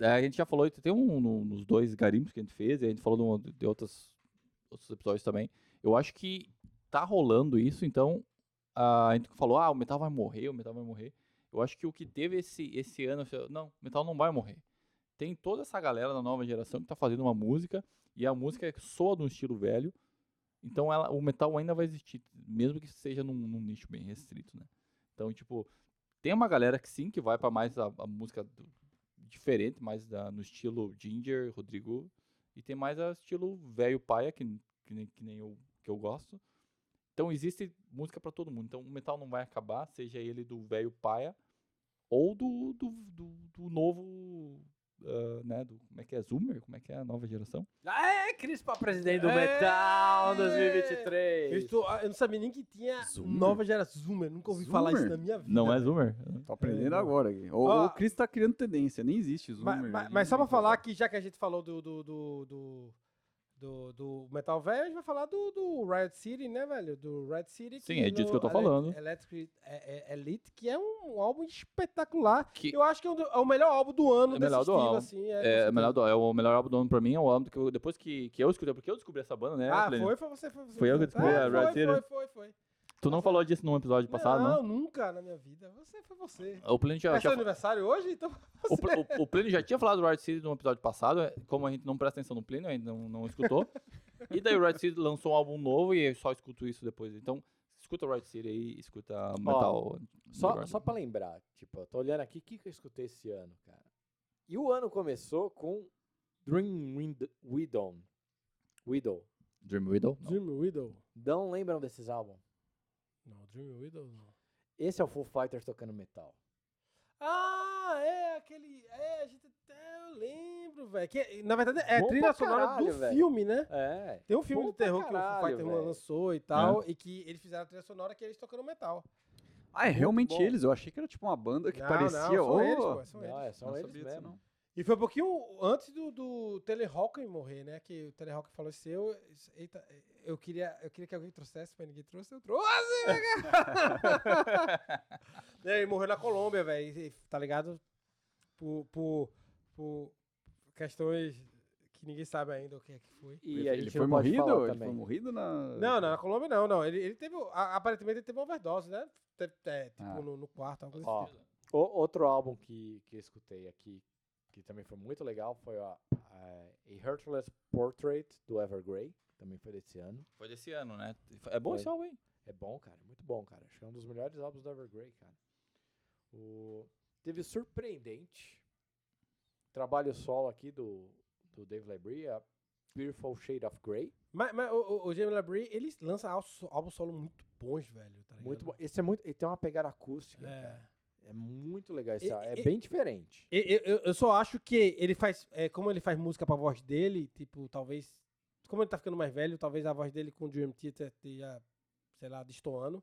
A: É, a gente já falou, tem um no- nos dois garimpos que a gente fez, e a gente falou numa- de outras, outros episódios também. Eu acho que tá rolando isso, então a gente falou, ah, o metal vai morrer, o metal vai morrer. Eu acho que o que teve esse, esse ano, foi, não, o metal não vai morrer. Tem toda essa galera da nova geração que tá fazendo uma música, e a música soa de um estilo velho, então ela, o metal ainda vai existir, mesmo que seja num, num nicho bem restrito, né? Então, tipo, tem uma galera que sim, que vai pra mais a, a música do- diferente, mais da- no estilo Ginger, Rodrigo, e tem mais a estilo velho paia, que, que nem, que nem eu, que eu gosto. Então existe música pra todo mundo. Então o metal não vai acabar, seja ele do velho paia ou do, do, do, do novo, ah, né, do, como é que é, Zoomer? Como é que é a nova geração?
C: É, Cris pra presidente do
D: É!
C: Metal
A: é
D: Eu,
C: 2023.
D: estou- eu não sabia nem que tinha
E: Zoomer?
D: nova geração. Zoomer, nunca ouvi falar
B: Zoomer?
D: isso na minha vida.
A: Não é Zoomer?
B: Tô aprendendo
D: É,
B: agora aqui. O,
D: Ó.
B: o Chris tá criando tendência, nem existe os
D: Ma- ma-
B: números.
D: Mas, só pra falar que já que a gente falou do, do, do, do, do- do Metal Velho, a gente vai falar do, do Riot City, né, velho? Do Riot City.
A: Sim, é disso
D: no
A: que eu tô
D: Elec-
A: falando.
D: Electric é- é- Elite, que é um álbum espetacular.
A: Que-
D: Eu acho que é, um do- é o melhor álbum do ano
A: É o
D: desse
A: melhor do
D: estilo,
A: álbum.
D: assim. com
A: É,
D: certeza.
A: o melhor, do- é o melhor álbum do ano pra mim, é o álbum que eu- depois que, que eu escutei, porque eu descobri essa banda, né?
D: Ah,
A: Plínio?
D: foi, foi você, foi você.
A: Foi eu que descobri a Riot
D: foi,
A: City?
D: foi, foi, foi.
A: Tu não falou disso num episódio passado, não?
D: não, nunca na minha vida. Você foi você.
A: O Plínio já,
D: É seu
A: já,
D: aniversário hoje? Então
A: O, Pl- o- o Plínio já tinha falado do Riot City no episódio passado, é, como a gente não presta atenção no Plínio, a gente não, não escutou. E daí o Riot City lançou um álbum novo e eu só escuto isso depois. Então, escuta o Riot City aí, escuta Metal.
C: Só,
A: Underground.
C: só pra lembrar, tipo, eu tô olhando aqui, o que, que eu escutei esse ano, cara? E o ano começou com Dream Wind- Widow. Widow.
A: Dream Widow? Não.
D: Dream Widow.
C: Não lembram desses álbuns?
D: Não, Dream Widow não.
C: Esse é o Foo Fighters tocando metal.
D: Ah, é aquele. É, a gente até eu lembro, velho. que, Na verdade, é
C: Bom
D: trilha
C: pra
D: sonora do
C: caralho, velho.
D: filme, né?
C: É.
D: Tem um filme
C: Bom
D: de
C: pra
D: terror que o Foo
C: caralho,
D: Fighter
C: velho. É.
D: lançou e tal, e que eles fizeram a trilha sonora que eles tocando metal.
B: Ah, é realmente
C: bom.
B: eles? Eu achei que era tipo uma banda que
D: Não,
B: parecia.
D: Não, são
B: oh,
D: eles, pô, são
C: Não, é,
D: eles.
C: são
B: não
C: eles
B: sabia disso,
C: mesmo.
B: não.
D: E foi um pouquinho antes do, do Telehawken morrer, né? Que o Telehawken falou assim, eu, eita, eu, queria, eu queria que alguém trouxesse, mas ninguém trouxe, eu trouxe! né, cara. É, Ele morreu na Colômbia, velho, e- tá ligado? Por, por, por questões que ninguém sabe ainda o que é que foi.
C: E a gente
B: Ele foi
C: não pode falar
B: morrido? Ele
C: também.
B: foi morrido na.
D: Não, não, na Colômbia não, não. Ele, ele teve, a- aparentemente ele teve uma overdose, né? Teve- é, tipo,
B: Ah.
D: no, no quarto, alguma coisa assim.
C: Ó, o- outro álbum que, que eu escutei aqui, que também foi muito legal, foi ó, é, A Heartless Portrait do Evergrey, também foi desse ano.
A: Foi desse ano, né? É bom
C: Foi.
A: esse álbum, hein?
C: É bom, cara, é muito bom, cara. Acho que é um dos melhores álbuns do Evergrey, cara. O... Teve surpreendente trabalho solo aqui do, do Dave Labrie, a Beautiful Shade of Grey.
D: Mas, mas o, o, o Jamie Labrie, ele lança al- so- álbum solo muito bons, velho. Tá ligado?
C: Muito bom. Esse é muito, ele tem uma pegada acústica, cara.
D: É.
C: É muito legal esse
D: E-
C: álbum. É
D: e-
C: bem diferente.
D: E- e- Eu, eu só acho que ele faz. é, como ele faz música pra voz dele, tipo, talvez. Como ele tá ficando mais velho, talvez a voz dele com o Dream Theater esteja, sei lá, destoando.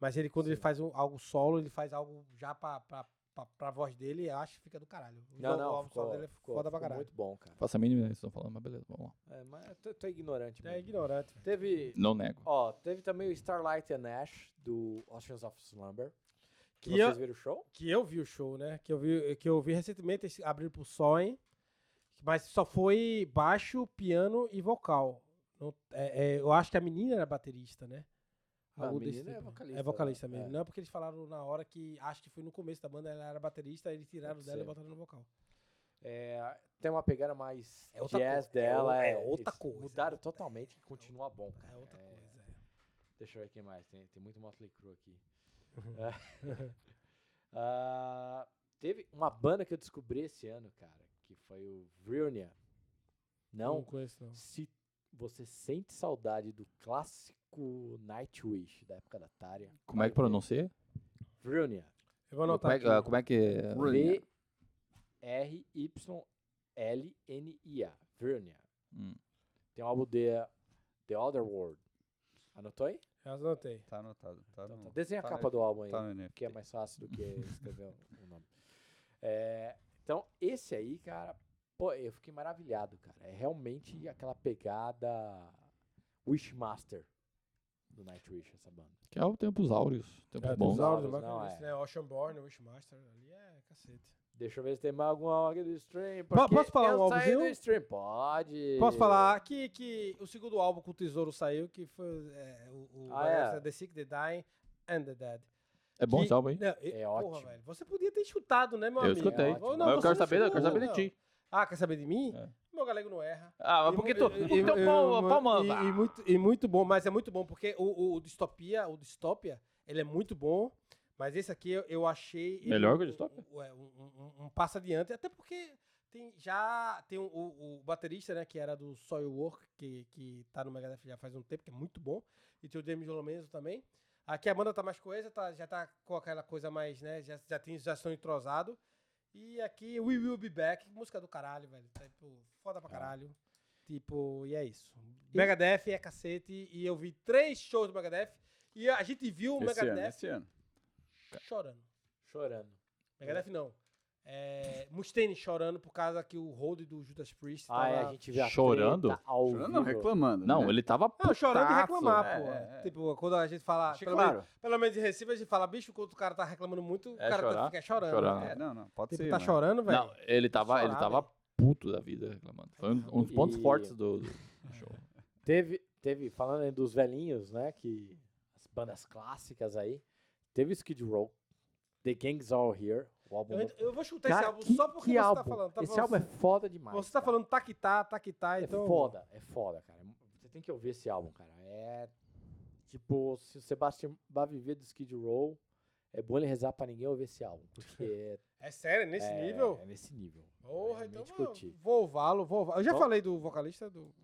D: Mas ele, quando ele faz um- algo solo, ele faz algo já pra, pra, pra, pra voz dele, eu acho que fica do caralho. O
C: Não,
D: jo- o
C: não,
D: álbum solo
C: ficou,
D: dele é
C: ficou,
D: foda pra
C: ficou
D: caralho.
C: muito bom, cara.
A: Faça a mínima ideia do que vocês estão falando, mas beleza, vamos lá.
C: É, mas eu tô, tô ignorante.
D: É
C: mesmo.
D: ignorante. velho.
C: Teve,
A: Não nego.
C: Ó, teve também o Starlight and Ash do Oceans of Slumber. Que, é-
D: Que
C: vocês
D: eu-
C: viram o show?
D: que eu vi o show, né? Que eu vi, que eu vi recentemente esse abrir pro Soen, mas só foi baixo, piano e vocal. Não- é- é, eu acho que a menina era baterista, né?
C: Não, a
D: Algo desse
C: menina é
D: tipo.
C: vocalista,
D: É vocalista
C: né?
D: mesmo.
C: É.
D: Não, porque eles falaram na hora que acho que foi no começo da banda, ela era baterista, aí eles tiraram
C: Pode
D: dela
C: ser.
D: e botaram no vocal.
C: É, tem uma pegada mais
D: É outra
C: jazz
D: coisa, é
C: dela.
D: ou-
C: É,
D: é outra
C: eles
D: coisa,
C: Mudaram
D: é outra-
C: totalmente e continua bom, cara.
D: É outra
C: É.
D: coisa.
C: Deixa eu ver quem mais. Tem, tem muito Motley Crue aqui. É. Ah, teve uma banda que eu descobri esse ano, cara, que foi o Vryonia.
D: Não,
B: Hum.
C: Não,
D: conheço, não.
C: se você sente saudade do clássico Nightwish da época da Tária.
A: Como é que pronuncia?
C: Vryonia.
D: Eu vou
A: Como
D: anotar.
A: é, ah,
D: aqui.
A: como é que.
C: V R Y L N I A. Vernia.
A: Hum.
C: Tem um álbum The, The Other World. Anotou aí?
D: Eu anotei.
B: Tá anotado. Tá
C: Então tá.
B: no...
C: Desenha
B: tá
C: a capa do álbum aí,
B: tá no NFT.
C: que é mais fácil do que escrever o o nome. É, então, esse aí, cara, pô, eu fiquei maravilhado, cara. É realmente aquela pegada Wishmaster do Nightwish, essa banda.
A: Que é o Tempos Áureos. Tempos
D: É,
A: bons.
D: Tempos Áureos,
C: Não,
D: Marco Vinicius,
C: é.
D: né? Oceanborn, Wishmaster, ali é cacete.
C: Deixa eu ver se tem mais alguma hora do stream.
D: Po-
C: porque
D: posso falar
C: eu
D: um
C: saí
D: álbumzinho?
C: do stream? Pode.
D: Posso falar que, que o segundo álbum com o Tesouro saiu, que foi é, o, o
C: Ah, é.
D: The Sick, The Dying and The Dead.
A: É bom
D: Que-
A: esse álbum, hein?
D: Não, e-
C: É
D: porra,
C: ótimo.
D: velho, você podia ter chutado, né, meu
A: Eu
D: amigo?
A: escutei.
D: É ótimo.
C: Não,
A: Mas eu
D: você
A: quero saber, eu
D: chutou,
A: quero saber de
D: não.
A: ti.
D: Ah, quer saber de mim?
A: É.
D: Meu galego não erra.
A: Ah, mas
D: E
A: porque
D: mu-
A: tu.
D: e-
A: Porque
D: e-
A: teu
D: e-
A: pau,
D: e-
A: pau manda.
D: e, e muito, e muito bom, mas é muito bom, porque o, o, o Distopia, o Distopia, ele é muito bom, mas esse aqui eu, eu achei... ele
A: Melhor que o
D: um-
A: Distopia?
D: Um, é, um, um- um passo adiante, até porque tem já tem o, o- o baterista, né, que era do Soilwork, que, que tá no Megadeth já faz um tempo, que é muito bom, e tem o James Lomenzo também. Aqui a banda tá mais coesa, tá, já tá com aquela coisa mais, né, já, já, tem, já estão entrosados. E aqui, We Will Be Back, música do caralho, velho. tá, Tipo, foda pra caralho. Tipo, e é isso. Megadeth é cacete. E eu vi três shows do Megadeth. E a gente viu o
B: Esse ano,
D: Megadeth
B: esse ano.
D: chorando.
C: Chorando.
D: Megadeth não. É, Mustaine chorando por causa que o hold do Judas Priest
C: Ah, é,
D: tava...
C: a gente viu a
A: Chorando?
C: treta ao
B: Chorando não,
C: vivo.
B: reclamando.
A: Não,
B: né?
A: ele tava.
D: Não, chorando e
A: putaço.
D: reclamar,
B: é,
D: pô.
B: é, é.
D: Tipo, quando a gente fala...
B: Achei
D: Pelo, menos,
B: claro.
D: pelo menos em Recife, a gente fala, bicho, quando o cara tá reclamando muito,
A: É,
D: o cara tá-
A: chorar.
D: fica chorando.
A: Chorar.
D: né?
B: É, não, não, pode
D: Tipo,
B: ser.
D: tá
B: mas-
D: chorando, velho.
A: Não, ele tava, ele
D: Chorar,
A: tava puto da vida reclamando. Foi um, um dos pontos
C: E-
A: fortes do, do show.
C: Teve, teve, falando aí dos velhinhos, né? Que as bandas clássicas aí. Teve Skid Row, The Gang's All Here, o álbum.
D: Eu,
C: novo.
D: eu vou chutar esse
C: Cara,
D: álbum
C: que-
D: só porque
C: que
D: você
C: álbum?
D: tá falando. Tá
C: esse
D: falando-
C: álbum é foda demais.
D: Você tá
C: cara.
D: falando taquitá, taquitá, então...
C: É foda, é foda, cara. Você tem que ouvir esse álbum, cara. É tipo, se o Sebastião vai viver do Skid Row, é bom ele rezar pra ninguém ouvir esse álbum. Porque é,
D: É sério, nesse
C: é-
D: nível?
C: É nesse nível.
D: Porra, então
C: realmente
D: vou,
C: curti.
D: vou ová-lo, vou ová-lo. Eu já
C: Vol-
D: falei do vocalista do.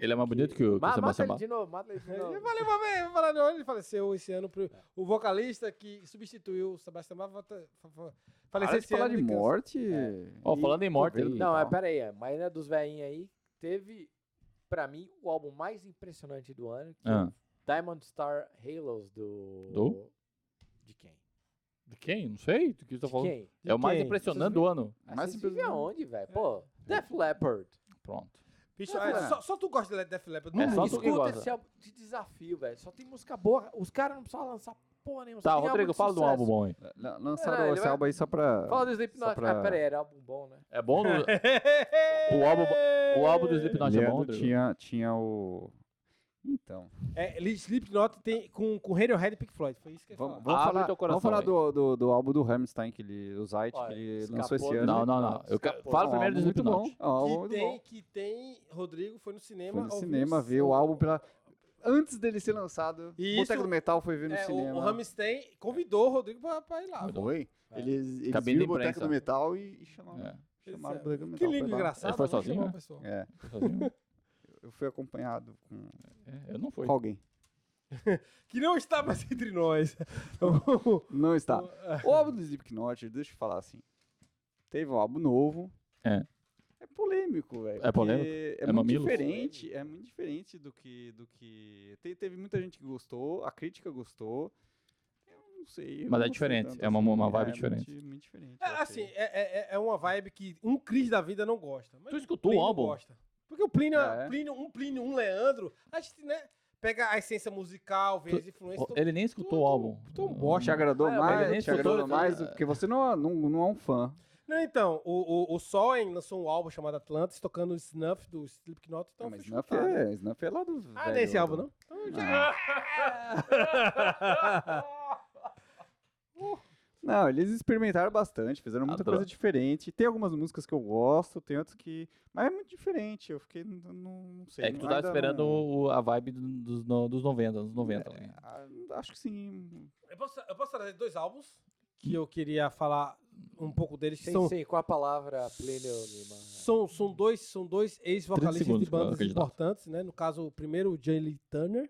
A: Ele é mais bonito que o, que o
C: Ma- mata
A: Sebastião
C: ele
A: Bach.
C: de novo, mata ele de
D: Eu já
C: novo.
D: falei uma vez, eu falei, não, ele faleceu esse ano. pro- O vocalista que substituiu o Sebastião Bach volta- fa- fa- faleceu
B: Para de
D: esse ano.
B: falar de
D: câncer.
B: morte.
D: É.
A: Ó,
B: e
A: falando em morte,
B: Covid
A: ele- tá-
B: e
C: Não, é,
B: tal.
C: pera aí, é, mas né, dos velhinhos aí, teve, pra mim, o álbum mais impressionante do ano, que é
A: Ah.
C: o Diamond Star Halos do...
A: Do?
C: De quem?
A: é De quem? Não sei. Do que você tá
C: De
A: falando?
C: quem?
A: É o mais
D: quem?
A: impressionante do ano.
C: Mas
B: é Mais
C: você vive
B: impressionante.
C: aonde, velho? Pô, Def Leppard.
A: Pronto.
D: Bicho,
B: Não,
D: é,
B: não.
D: só, só tu gosta de Def Leppard.
A: É,
D: Nunca
A: só tu
D: escuta.
A: que
C: Escuta
A: gosta.
C: esse álbum de desafio, velho. Só tem música boa. Os caras não precisam lançar porra nenhuma. só
A: Tá,
C: tem álbum
A: Rodrigo,
C: de
A: fala de um
C: sucesso.
A: álbum bom aí.
B: La-
D: É,
B: Lançaram
C: Não, ele
B: esse
C: vai-
B: álbum aí só pra.
C: Fala do Slipknot.
B: Só pra-
C: Ah, pera aí, era álbum bom, né?
A: É bom? No... o, álbum, o álbum do Slipknot é bom,
B: Leandro
A: Rodrigo?
B: tinha, tinha o. Então.
D: É, ele- Slipknot tem com, com Radiohead e Pink Floyd. Foi isso que é eu ia
B: Vamos,
D: falar.
B: vamos
A: Abre
B: falar,
A: teu coração
B: vamos falar do,
A: aí.
B: do, do álbum do Rammstein, que ele, o Zayt,
C: Olha,
B: que ele
C: escapou né?
B: lançou esse
C: do-
B: ano.
A: Não, não, não. Eu quero-
B: Escapou.
A: Fala
B: É um
A: primeiro do
B: álbum muito bom.
A: Slipknot.
B: É um álbum
D: Que
B: muito
D: tem,
B: bom.
D: que tem. Rodrigo foi no cinema.
B: Foi no
D: ouviu
B: cinema, ver o álbum pela. Antes dele ser lançado,
D: E
B: o
D: isso-
B: Boteco do Metal foi ver no
D: É, o-
B: cinema.
D: O Rammstein convidou o Rodrigo pra, pra ir lá.
E: Ah, Foi?
C: É.
E: Eles, eles
A: Cabine
E: viram o
A: de
E: Boteco
A: imprensa.
E: do Metal e, e chamaram,
A: É.
B: Chamaram o
D: Isso
B: Boteco
D: é-
B: do Metal.
D: Que
B: foi
D: lindo
B: lá.
D: engraçado.
A: Ele foi
D: vamos chamar
A: sozinho,
D: uma
A: né?
D: pessoa.
B: É,
A: Sozinho?
B: eu fui acompanhado com,
A: É, eu não fui.
B: com alguém.
D: Que não está mais entre nós.
B: Não
A: Tá.
B: está. O álbum do Slipknot, deixa eu falar assim. Teve um álbum novo.
A: É.
B: É polêmico, velho.
A: É polêmico?
B: porque É,
A: É
B: muito
A: mamilos?
B: diferente. É muito diferente do que. Do que... Te- teve muita gente que gostou, a crítica gostou. Eu não sei. eu
A: Mas
B: não
A: é
B: gostei
A: diferente,
B: tanto
A: é uma-
B: assim.
A: uma vibe
B: É,
A: diferente.
B: Muito, muito diferente.
D: É,
B: eu achei.
D: assim, é, é- é uma vibe que um Cris da vida não gosta. Mas
A: Tu
D: um
A: escutou o
D: Plínio
A: álbum?
D: Gosta. Porque o Plínio,
B: Ah, é?
D: Plínio- um Plínio, um Leandro, a gente, né, pega a essência musical, vê
A: Tu-
D: as influências. então-
A: Ele nem escutou o álbum.
D: tu é um
B: Te agradou
A: Ah, mas ele nem
B: mais? Te
A: escutou,
B: agradou
A: ele-
B: mais? Porque você não, não, não é um fã.
D: Não, então, o, o, o Soen lançou um álbum chamado Atlantis, tocando o Snuff do Slipknot. Então
B: Ah, mas
D: foi
B: Snuff
D: chutado.
B: é, Snuff é lá do.
D: Ah,
B: velho,
D: não é esse
B: do- Ah,
D: álbum,
A: né?
D: não?
B: Não, eles experimentaram bastante, fizeram muita
A: Adoro.
B: coisa diferente. Tem algumas músicas que eu gosto, tem outras que. Mas é muito diferente, eu fiquei. Não, não sei.
A: É que tu
B: ainda
A: tá esperando
B: não-
A: o- a vibe do- dos, no- dos 90, anos 90. né?
D: É,
B: Ah, Acho que sim.
D: Eu posso, eu posso trazer dois álbuns que eu queria falar um pouco deles, que
C: Sim,
D: são
C: sim, com a palavra Plínio Lima.
D: São, são dois, são dois ex-vocalistas de
A: segundos,
D: bandas
A: candidato.
D: importantes, né? No caso, o primeiro, o Jay Lee Turner,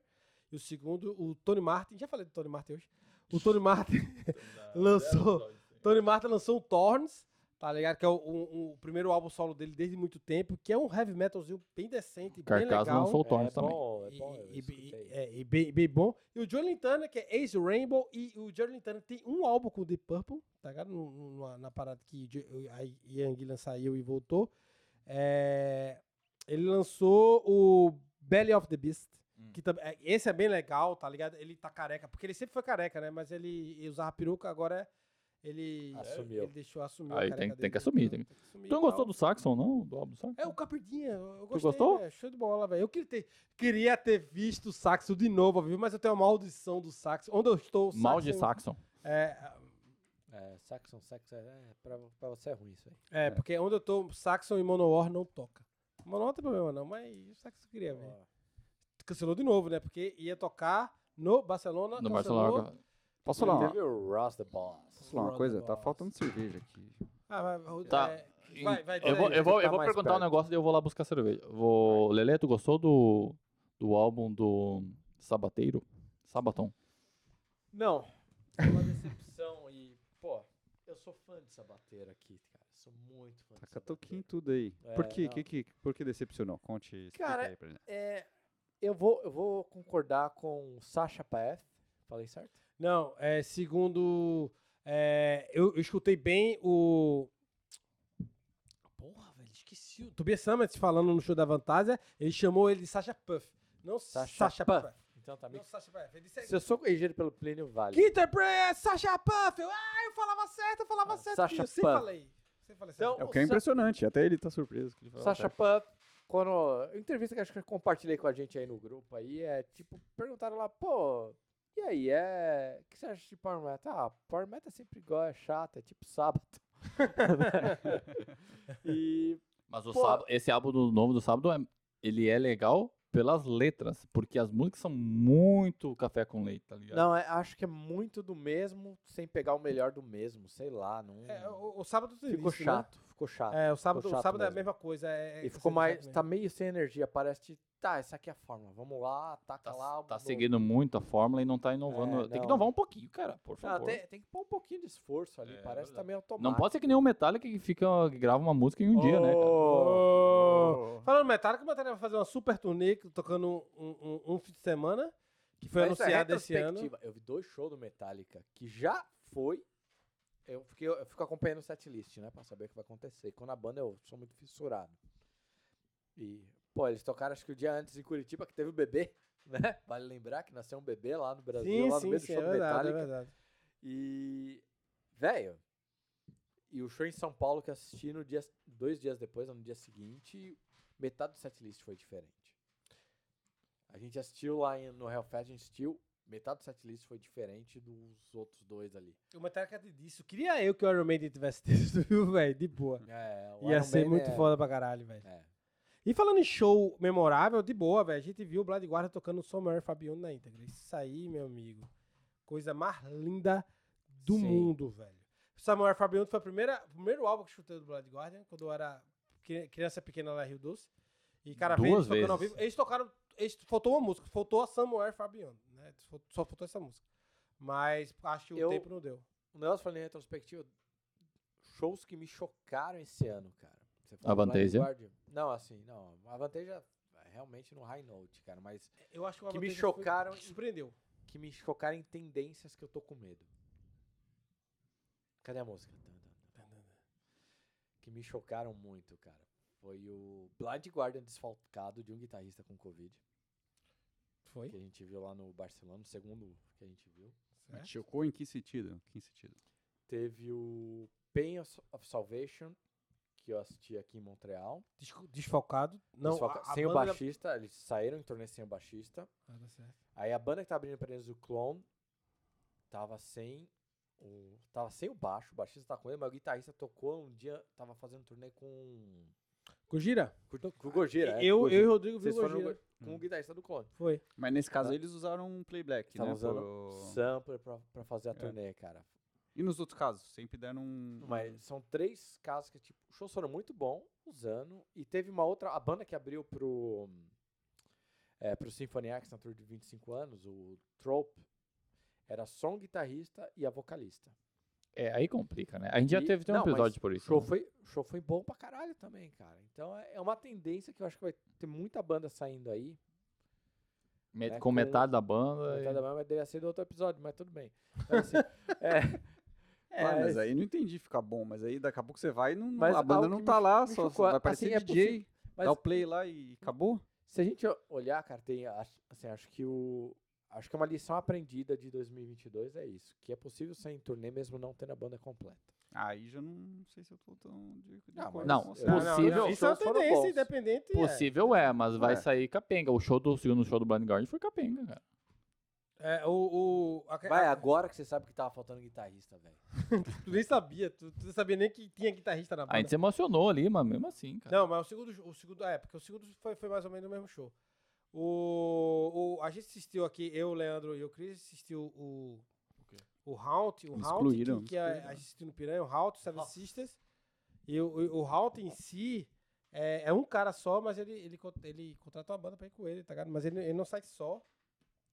D: e o segundo, o Tony Martin. Já falei do Tony Martin hoje. O Tony Martin lançou. Tony Martin lançou o Thorns, tá ligado? Que é o, o- o primeiro álbum solo dele desde muito tempo, que é um heavy metalzinho bem decente, bem
A: Carcass
D: legal.
A: lançou o Tornes
C: é
A: também.
C: bom, é
D: E-
C: bom. eu
D: e, e-
C: escutei.
D: é, e bem, bem bom. E o Joel Turner, que é Ace Rainbow, e o Joel Turner tem um álbum com o The Purple, tá ligado? No- no- na, na parada que Jo- a Ian Gillan saiu e voltou. É, ele lançou o Belly of the Beast.
C: Hum.
D: Que tam- é, esse é bem legal, tá ligado? Ele tá careca, porque ele sempre foi careca, né? Mas ele usava peruca, agora é. Ele,
C: Assumiu.
D: ele deixou assumir.
A: Aí
D: a
A: tem-
D: careca
A: tem
D: dele,
A: que assumir,
D: então
A: tem-
D: que assumir
A: Tu não
D: e
A: gostou
D: tal.
A: do Saxon, não? Do álbum do Saxon?
D: É, o Caperdinha, eu gostei,
A: gostou?
D: velho, show de bola, velho. Eu queria ter, queria ter visto o saxo de novo, viu? Mas eu tenho uma maldição do saxo. Onde eu estou, o
A: Mal de
D: saxo-
A: Saxon.
D: É,
C: É, Saxon, Saxon, é, pra, pra você é ruim isso aí.
D: é, porque onde eu tô, Saxon e Manowar não toca. Manowar não tem problema não, mas o Saxon eu queria ver. Cancelou de novo, né? Porque ia tocar no Barcelona,
A: No
D: cancelou.
A: Barcelona.
B: Posso falar, uma,
C: Teve o Ross the Boss.
B: posso falar uma coisa? Tá
D: Rosenbaum.
B: faltando cerveja aqui.
D: Ah, vai, vai,
A: Tá.
D: é, vai, vai,
A: Eu vou,
D: daí.
A: eu vou, eu
C: Tá
A: vou
C: mais
A: perguntar um
C: perto.
A: negócio e eu vou lá buscar cerveja. Vou... Lele, tu gostou do, do álbum do Sabateiro? Sabaton.
C: Não. Foi uma decepção e, pô, eu sou fã de Sabateiro aqui, cara. Sou muito fã
B: Tá
C: de
B: catuquinho
C: Sabateiro.
B: tudo aí.
C: É,
B: por que,
C: não.
B: que, que, por que decepcionou? Conte, explica
C: Cara,
B: aí pra gente.
C: É, eu, vou, eu vou concordar com o Sasha Paeth. Falei certo?
D: Não, é, segundo... é, eu, eu escutei bem o... Porra, velho, esqueci. O Tobias Summers falando no show da Vantasia, ele chamou ele de Sasha Puff. Não Sasha,
C: Sasha
D: Puff.
C: Puff. Então tá
D: Não
C: mix.
D: Sasha Puff. Ele disse...
C: Se eu sou corrigido pelo Plínio Vale.
D: Guitar Press, Sasha Puff. Eu, ah, eu falava certo, eu falava
C: Ah,
D: certo.
C: Sasha
D: eu sempre
C: Puff.
D: falei. Sempre falei
C: Então,
D: certo.
B: É o que é impressionante. Até ele tá surpreso. que ele falou, "Tá,
C: Sasha Pan, quando. a Entrevista que acho que eu compartilhei com a gente aí no grupo aí, é tipo, perguntaram lá, pô, e aí, é. O que você acha de Power Metal? Ah, Power Metal é sempre igual, é chato, é tipo sábado. e.
A: Mas o
C: Pô.
A: sábado, esse álbum do novo do sábado, é- ele é legal pelas letras, porque as músicas são muito café com leite, tá ligado?
C: Não, é- acho que é muito do mesmo, sem pegar o melhor do mesmo, sei lá, não.
D: É, o, o sábado tem
C: ficou
D: isso, né?
C: chato, ficou chato.
D: É, o sábado,
C: Ficou
D: o
C: chato
D: sábado é a
C: mesmo.
D: mesma coisa. é- é
C: e ficou
D: esse
C: mais.
D: exato
C: Tá
D: mesmo.
C: meio sem energia, parece de. Tá, essa aqui é a fórmula, vamos lá, taca
A: Tá,
C: lá.
A: tá
C: o-
A: seguindo muito a fórmula e não tá
C: É,
A: inovando. Tem que
C: não.
A: inovar um pouquinho, cara, por
C: Não,
A: favor.
C: tem, tem que pôr um pouquinho de esforço ali,
A: É,
C: parece
A: verdade.
C: também automático.
A: Não pode ser que nem o Metallica que, fica, que grava uma música em um dia, né, cara?
D: Ô, Falando em Metallica, o Metallica vai fazer uma super turnê que- tocando um, um, um fim de semana, que foi
C: Mas isso é
D: anunciado esse ano.
C: retrospectiva. Eu vi dois shows do Metallica que já foi. Eu, fiquei, eu fico acompanhando o setlist, né? Pra saber o que vai acontecer. Quando a banda eu sou muito fissurado. E, pô, eles tocaram acho que o dia antes em Curitiba, que teve o bebê, né? Vale lembrar que nasceu um bebê lá no Brasil,
D: Sim,
C: lá no
D: sim,
C: meio do
D: sim,
C: show
D: é
C: do
D: verdade, é
C: Metallica.
D: verdade.
C: e. Velho. E o show em São Paulo que eu assisti no dia, dois dias depois, ou no dia seguinte, metade do setlist foi diferente. A gente assistiu lá em- no Hellfest, a gente assistiu, metade do setlist foi diferente dos outros dois ali.
D: O Metallica te disse, queria eu que o Iron Maiden tivesse isso, viu, velho? De boa.
C: É, o
D: Ia
C: Iron
D: ser
C: Maiden
D: muito
C: é-
D: foda pra caralho, velho.
C: é.
D: E falando em show memorável, de boa, velho. A gente viu o Blade Guarda tocando Somewhere Fabiano na íntegra. Isso aí, meu amigo. Coisa mais linda do
C: Sim.
D: mundo, velho. Samuel Fabiano foi a primeira- o primeiro álbum que eu escutei do Blood Guardian, quando eu era cri- criança pequena lá em Rio Doce. E, cara, veio eles
A: Duas
D: tocando ao
A: vezes.
D: vivo. Eles tocaram. Eles, faltou uma música, faltou a Samuel Fabiano, né? Só- Só faltou essa música. Mas acho que o
C: Eu-
D: tempo não deu.
C: O Um negócio falando em retrospectiva, shows que me chocaram esse ano, cara. Você falou do
A: Avantasia?
C: Blind Guardian. Não, assim, não. A Avantasia é realmente no high note, cara, mas
D: Eu acho que, o
C: Que me
D: Avantasia foi-
C: chocaram
D: que surpreendeu.
C: que me chocaram em tendências que eu tô com medo. Cadê a música? Tan, tan, tan, tan, tan. Que me chocaram muito, cara. Foi o Blind Guardian desfalcado de um guitarrista com Covid,
D: Foi?
C: que a gente viu lá no Barcelona, o segundo que a gente viu.
B: Mas É, chocou em que sentido? Que sentido?
C: Teve o Pain of of Salvation, que eu assisti aqui em Montreal.
D: Desfo- Desfalcado. Não,
C: Desfoca-
D: a- a
C: sem o
D: banda-
C: baixista, eles saíram em turnê sem o baixista.
D: Ah, tá certo.
C: Aí a banda que tava abrindo pra eles, o Clone, tava sem o, tava sem o baixo, o baixista tá com ele, mas o guitarrista tocou um dia, tava fazendo turnê com,
D: Gojira?
C: com, o Gojira. é, com o
D: Então, Eu, eu e
C: Gojira.
D: o Rodrigo
C: Vocês
D: vimos
C: foram no
D: Gojira. Hum.
C: Go- com o guitarrista do Clone.
D: Foi.
B: Mas nesse caso
C: Tá.
B: eles usaram um playback,
C: Estavam
B: né?
C: usando
B: pro-
C: sampler pra, pra
D: É.
C: fazer a turnê, cara.
B: E nos outros casos? Sempre deram um...
C: Mas são três casos que, tipo, o show foram muito bom, usando. E teve uma outra, a banda que abriu pro, é, pro Symphony X na tour de 25 anos, o Trope, era só um guitarrista e a vocalista.
A: É, aí complica, né? A gente já
C: E-
A: teve, tem um
C: não, mas
A: episódio por
C: O
A: isso.
C: show
A: né?
C: foi, o show foi bom pra caralho também, cara. Então é é uma tendência que eu acho que vai ter muita banda saindo aí.
A: Me-
C: né,
A: com
C: com-
A: metade da banda.
C: Metade
A: e-
C: da banda vai deveria ser do outro episódio, mas tudo bem. Mas, assim, é,
B: É, mas... aí não entendi ficar bom. Mas aí daqui a pouco você vai e não,
C: Mas
B: a banda
C: algo
B: não
C: que
B: tá
C: me-
B: lá,
C: me
B: só
C: chocou,
B: só vai parecer
C: assim, é
B: DJ,
C: possível, mas-
B: dá o play lá e acabou.
C: Se a gente o- olhar, cara, tem. a- Assim, acho que o. Acho que uma lição aprendida de 2022 é isso, que é possível sair em turnê mesmo não tendo a banda completa.
B: Aí já não sei se eu tô tão de, de
C: Ah, Não,
B: acordo
A: Ah, mas- né?
B: com você.
A: não, possível-
D: não, isso é uma
C: shows foram
D: tendência
C: bons.
D: independente.
A: Possível é, mas vai
B: É.
A: sair capenga. O show do o segundo show do Blind Guardian foi capenga, cara.
D: É, é, o, o, a,
C: Vai,
D: a-
C: agora que você sabe que tava faltando guitarrista, velho.
D: tu nem sabia, tu, tu nem sabia nem que tinha guitarrista na
A: A gente
D: banda.
A: se emocionou ali, mas mesmo assim, cara.
D: Não, mas o segundo, o segundo, é, porque o segundo foi, foi mais ou menos o mesmo show. O, o- a gente assistiu aqui, eu, o Leandro e o Cris assistiu o o Haunt, o Haunt que,
B: Excluíram,
D: que é-
B: excluíram.
D: a gente assistiu no Piranha, o Haunt, Seven Sisters. E o, o, o Haunt em si é, é um cara só, mas ele, ele, con- ele contrata uma banda pra ir com ele, tá ligado? Mas ele, ele não sai só.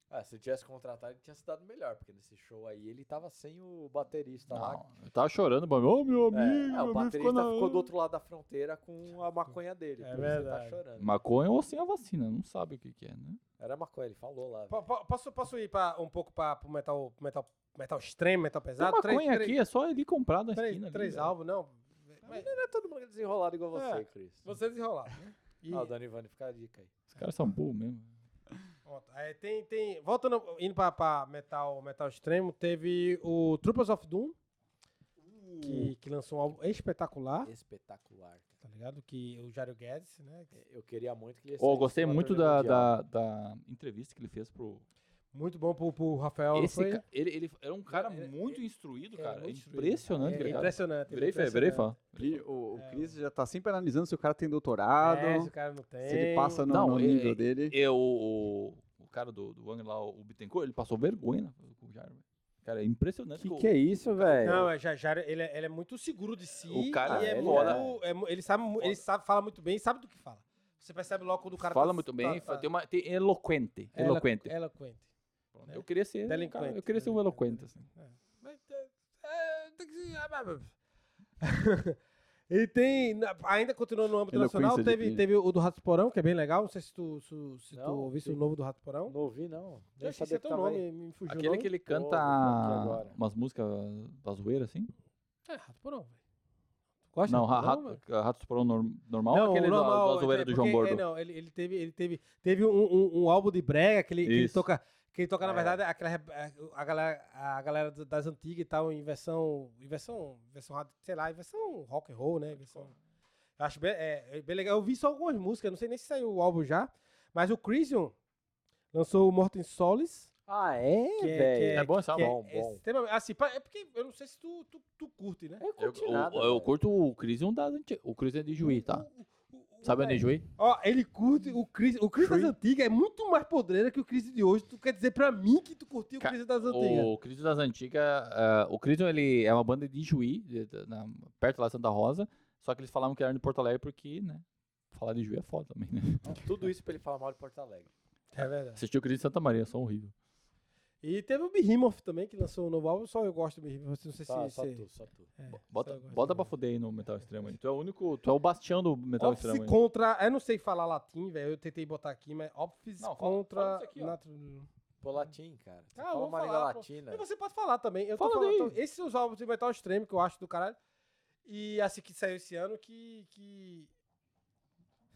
C: Ah, se eu tivesse contratado, ele tinha se dado melhor, porque nesse show aí ele tava sem o baterista lá.
A: Não, eu tava chorando, mano. Ô, meu amigo,
C: ah. É, é,
A: meu
C: o
A: amigo ficou
C: baterista
A: na...
C: ficou, do outro lado da fronteira com a maconha dele.
D: É
C: por isso ele
D: verdade.
C: Tá chorando.
A: Maconha ou sem a vacina, não sabe o que que é, né?
C: Era maconha, ele falou lá.
D: Po-
C: velho.
D: po- Posso, posso ir pra, um pouco pra, pro metal, metal, metal extremo, metal
A: Tem
D: pesado?
A: maconha
D: três,
A: aqui, é só ele comprar na
D: três,
A: esquina
D: três,
A: ali, né?
D: três
A: velho.
D: alvos, não. Mas
C: Não é todo mundo que é desenrolado igual você,
D: É,
C: Cris.
D: você desenrolar. E-
C: Ah, o Dani Ivani, fica a dica aí.
A: Os caras são burros mesmo.
D: Pronto. Aí tem, tem. Voltando, indo pra, pra metal, metal extremo, teve o Troopers of Doom, que, que lançou um álbum espetacular,
C: Espetacular. cara.
D: tá ligado? Que o Jário Guedes, né? que-
C: Eu queria muito que ele
A: É, Ô,
C: saísse
A: gostei
C: numa
A: muito
C: turnê
A: da,
C: mundial.
A: da, da entrevista que ele fez pro.
D: Muito bom pro, pro Rafael. não
A: Esse
D: foi?
A: ca- ele, ele era um cara
D: Ele-
A: muito instruído,
D: ele
A: cara.
D: era muito instruído.
A: impressionante,
D: É,
A: velho.
D: impressionante.
A: Virei fã,
D: impressionante.
A: virei fã.
B: Pri- O, o
D: É,
B: Cris já tá sempre analisando se o cara tem doutorado,
D: É, se o cara não tem.
B: se ele passa no,
A: Não,
B: no
A: é-
B: nível dele.
A: Eu, o, o cara do, do Wang lá, o Bittencourt, ele passou vergonha na- com o Jairo. velho. Cara, é impressionante.
B: Que
A: o-
B: que é isso, velho?
D: Não, é, já, já, ele, é, ele é muito seguro de si.
A: O cara
D: e é
A: é
D: muito,
C: foda.
D: é mu- ele sabe, mu- ele sabe, fala muito bem, sabe do que fala. Você percebe logo quando o cara
A: fala
D: tá-
A: muito
D: tá-
A: bem,
D: tá-
A: tem um- uma, tem, é eloquente.
D: é
A: eloquente.
D: elo- Eloquente.
A: Pronto, eu queria ser. um cara-
D: Delinquente,
A: eu queria ser um
D: delinquente,
A: eloquente. assim.
D: Mas, é, é, tem que se- ah, blá, blá. E tem, na- ainda continuando no âmbito
B: Eloquência
D: nacional,
B: de
D: teve,
B: cringe.
D: teve o do Rato Porão, que é bem legal. Não sei se tu, se, se tu
C: Não,
D: ouviste
C: sim.
D: o novo do Rato Porão.
C: Não ouvi, não.
D: Eu
C: Nem
D: esqueci
C: sabia que
D: até o
C: tava aí.
D: um nome, me fugiu o
A: Aquele
D: nome.
A: que ele
C: Pô, vou aqui
A: canta
C: agora.
A: umas músicas da zoeira, assim?
D: É, Rato Porão, velho. Gosta
A: Não,
D: do
A: ra-
D: Rato Porão,
A: ra-
D: velho?
A: Ratos Porão norm- normal
D: Não,
A: ou aquele
D: o
A: da-
D: normal,
A: da zoeira
D: é
A: do João
D: porque-
A: Bordo?
D: É, não, ele, ele teve, ele teve, teve um, um, um álbum de brega que ele, que ele
A: Isso.
D: toca, que ele toca na
C: É.
D: verdade aquela re- a, a galera, a galera d- das antigas e tal em versão, em versão, versão hard- sei lá, em versão rock and roll, né? Em versão- eu acho bem, é, é bem legal. Eu vi só algumas músicas, não sei nem se saiu o álbum já, mas o Crisium lançou o Morten Solis.
C: Ah, é,
D: Que é- que
C: velho?
A: É bom esse
D: que
A: álbum?
C: bom,
D: é,
C: bom.
D: extremamente- assim, pa- é porque eu não sei se tu, tu, tu curte, né?
C: Eu
A: Eu,
C: curti nada,
A: eu- eu
C: velho.
A: curto o Crisium da anti- O Crisium de Juí, tá?
D: O- o-
A: Sabe
D: o-
A: onde é Juí?
D: Ó, ele curte o Chris. O Chris das
B: Free.
D: antigas é muito mais podreira que o Chris de hoje. Tu quer dizer pra mim que tu curtiu o
A: Ca-
D: Chris das antigas?
A: O Crisium das Antigas. ah, o Crisium, ele é uma banda de Juí, de- de- na- perto lá de Santa Rosa. Só que eles falavam que era de Porto Alegre porque, né? Falar de Juí é foda também, né?
C: Tudo isso pra ele falar mal de Porto Alegre.
D: É verdade.
A: Assistiu o Crisium de Santa Maria, só horrível.
D: E teve o Behemoth também, que lançou um novo álbum. Só eu gosto do Behemoth. Não sei se.
A: Tá,
C: Só, só
D: se-
C: tu, só tu.
D: é, só
A: Bota,
D: eu gosto
A: bota
D: do
A: pra
D: Behemoth.
A: fuder aí no Metal Extremo aí. Tu é o único. Tu é o bastião do Metal
D: Opsis
A: Extremo aí.
D: contra. Eu não sei falar latim, velho. Eu tentei botar aqui, mas Opsis
A: Não, fala- fala
D: contra.
A: isso aqui, ó.
D: Natu-
C: Pô, latim, cara. Você
D: Ah,
C: fala
D: vou
C: uma língua
D: falar, pô.
C: latina.
D: E você pode falar também. Eu tô
A: É. Fala
D: falando.
A: daí.
D: então, esses são os álbuns de metal extremo que eu acho do caralho. E assim que saiu esse ano que. que...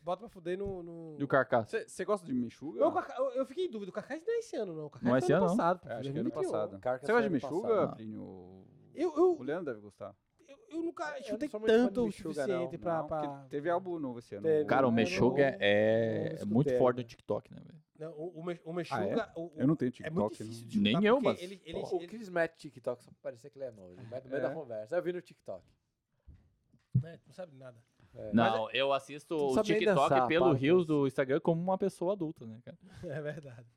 D: Bota pra fuder no. no...
A: E o Carcaça.
B: Você gosta de Michuga?
D: Não, o Cacá- eu, eu fiquei em dúvida. O Cacá não é esse ano, não. O Cacá
A: Não é
D: foi
A: esse
D: ano
A: ano, não?
D: passado. pô,
B: É, acho que é ano
D: 2021.
B: passado.
C: Carcaça
B: Você gosta de
C: ano
B: Michuga,
C: passado.
A: Não.
B: Plínio? O-
D: Eu,
B: O
D: eu,
B: Leandro deve gostar.
D: eu, eu nunca
C: Eu
D: chutei
C: não sou muito fã de
D: tanto o
C: Meshuggah, não.
D: suficiente pra...
B: Não, porque
D: pra- um
B: Teve álbum novo esse ano.
C: Teve.
A: Cara, o
C: Eu
A: Meshuga
D: não-
A: é,
D: não
A: é muito
D: escutei,
A: forte
D: né?
A: no TikTok, né, velho?
D: Não, o, o, Mes- o Meshuga...
B: Ah,
D: o-
B: é? Eu não tenho
D: É muito
B: TikTok.
D: difícil
B: não.
D: de
A: Nem
D: chutar,
A: eu,
D: porque
A: mas-
D: Ele, ele,
C: O, o
D: ele-
C: Cris mete TikTok só pra parecer que ele é novo. Ele mete no meio
B: É.
C: da conversa. Eu vi no TikTok.
D: né, não sabe nada.
C: É.
A: Não, eu assisto
C: não
A: o
C: sabe nem
A: TikTok
C: dançar,
A: pelo
C: para com
A: Rios
C: isso.
A: do Instagram como uma pessoa adulta, né, cara?
D: É verdade.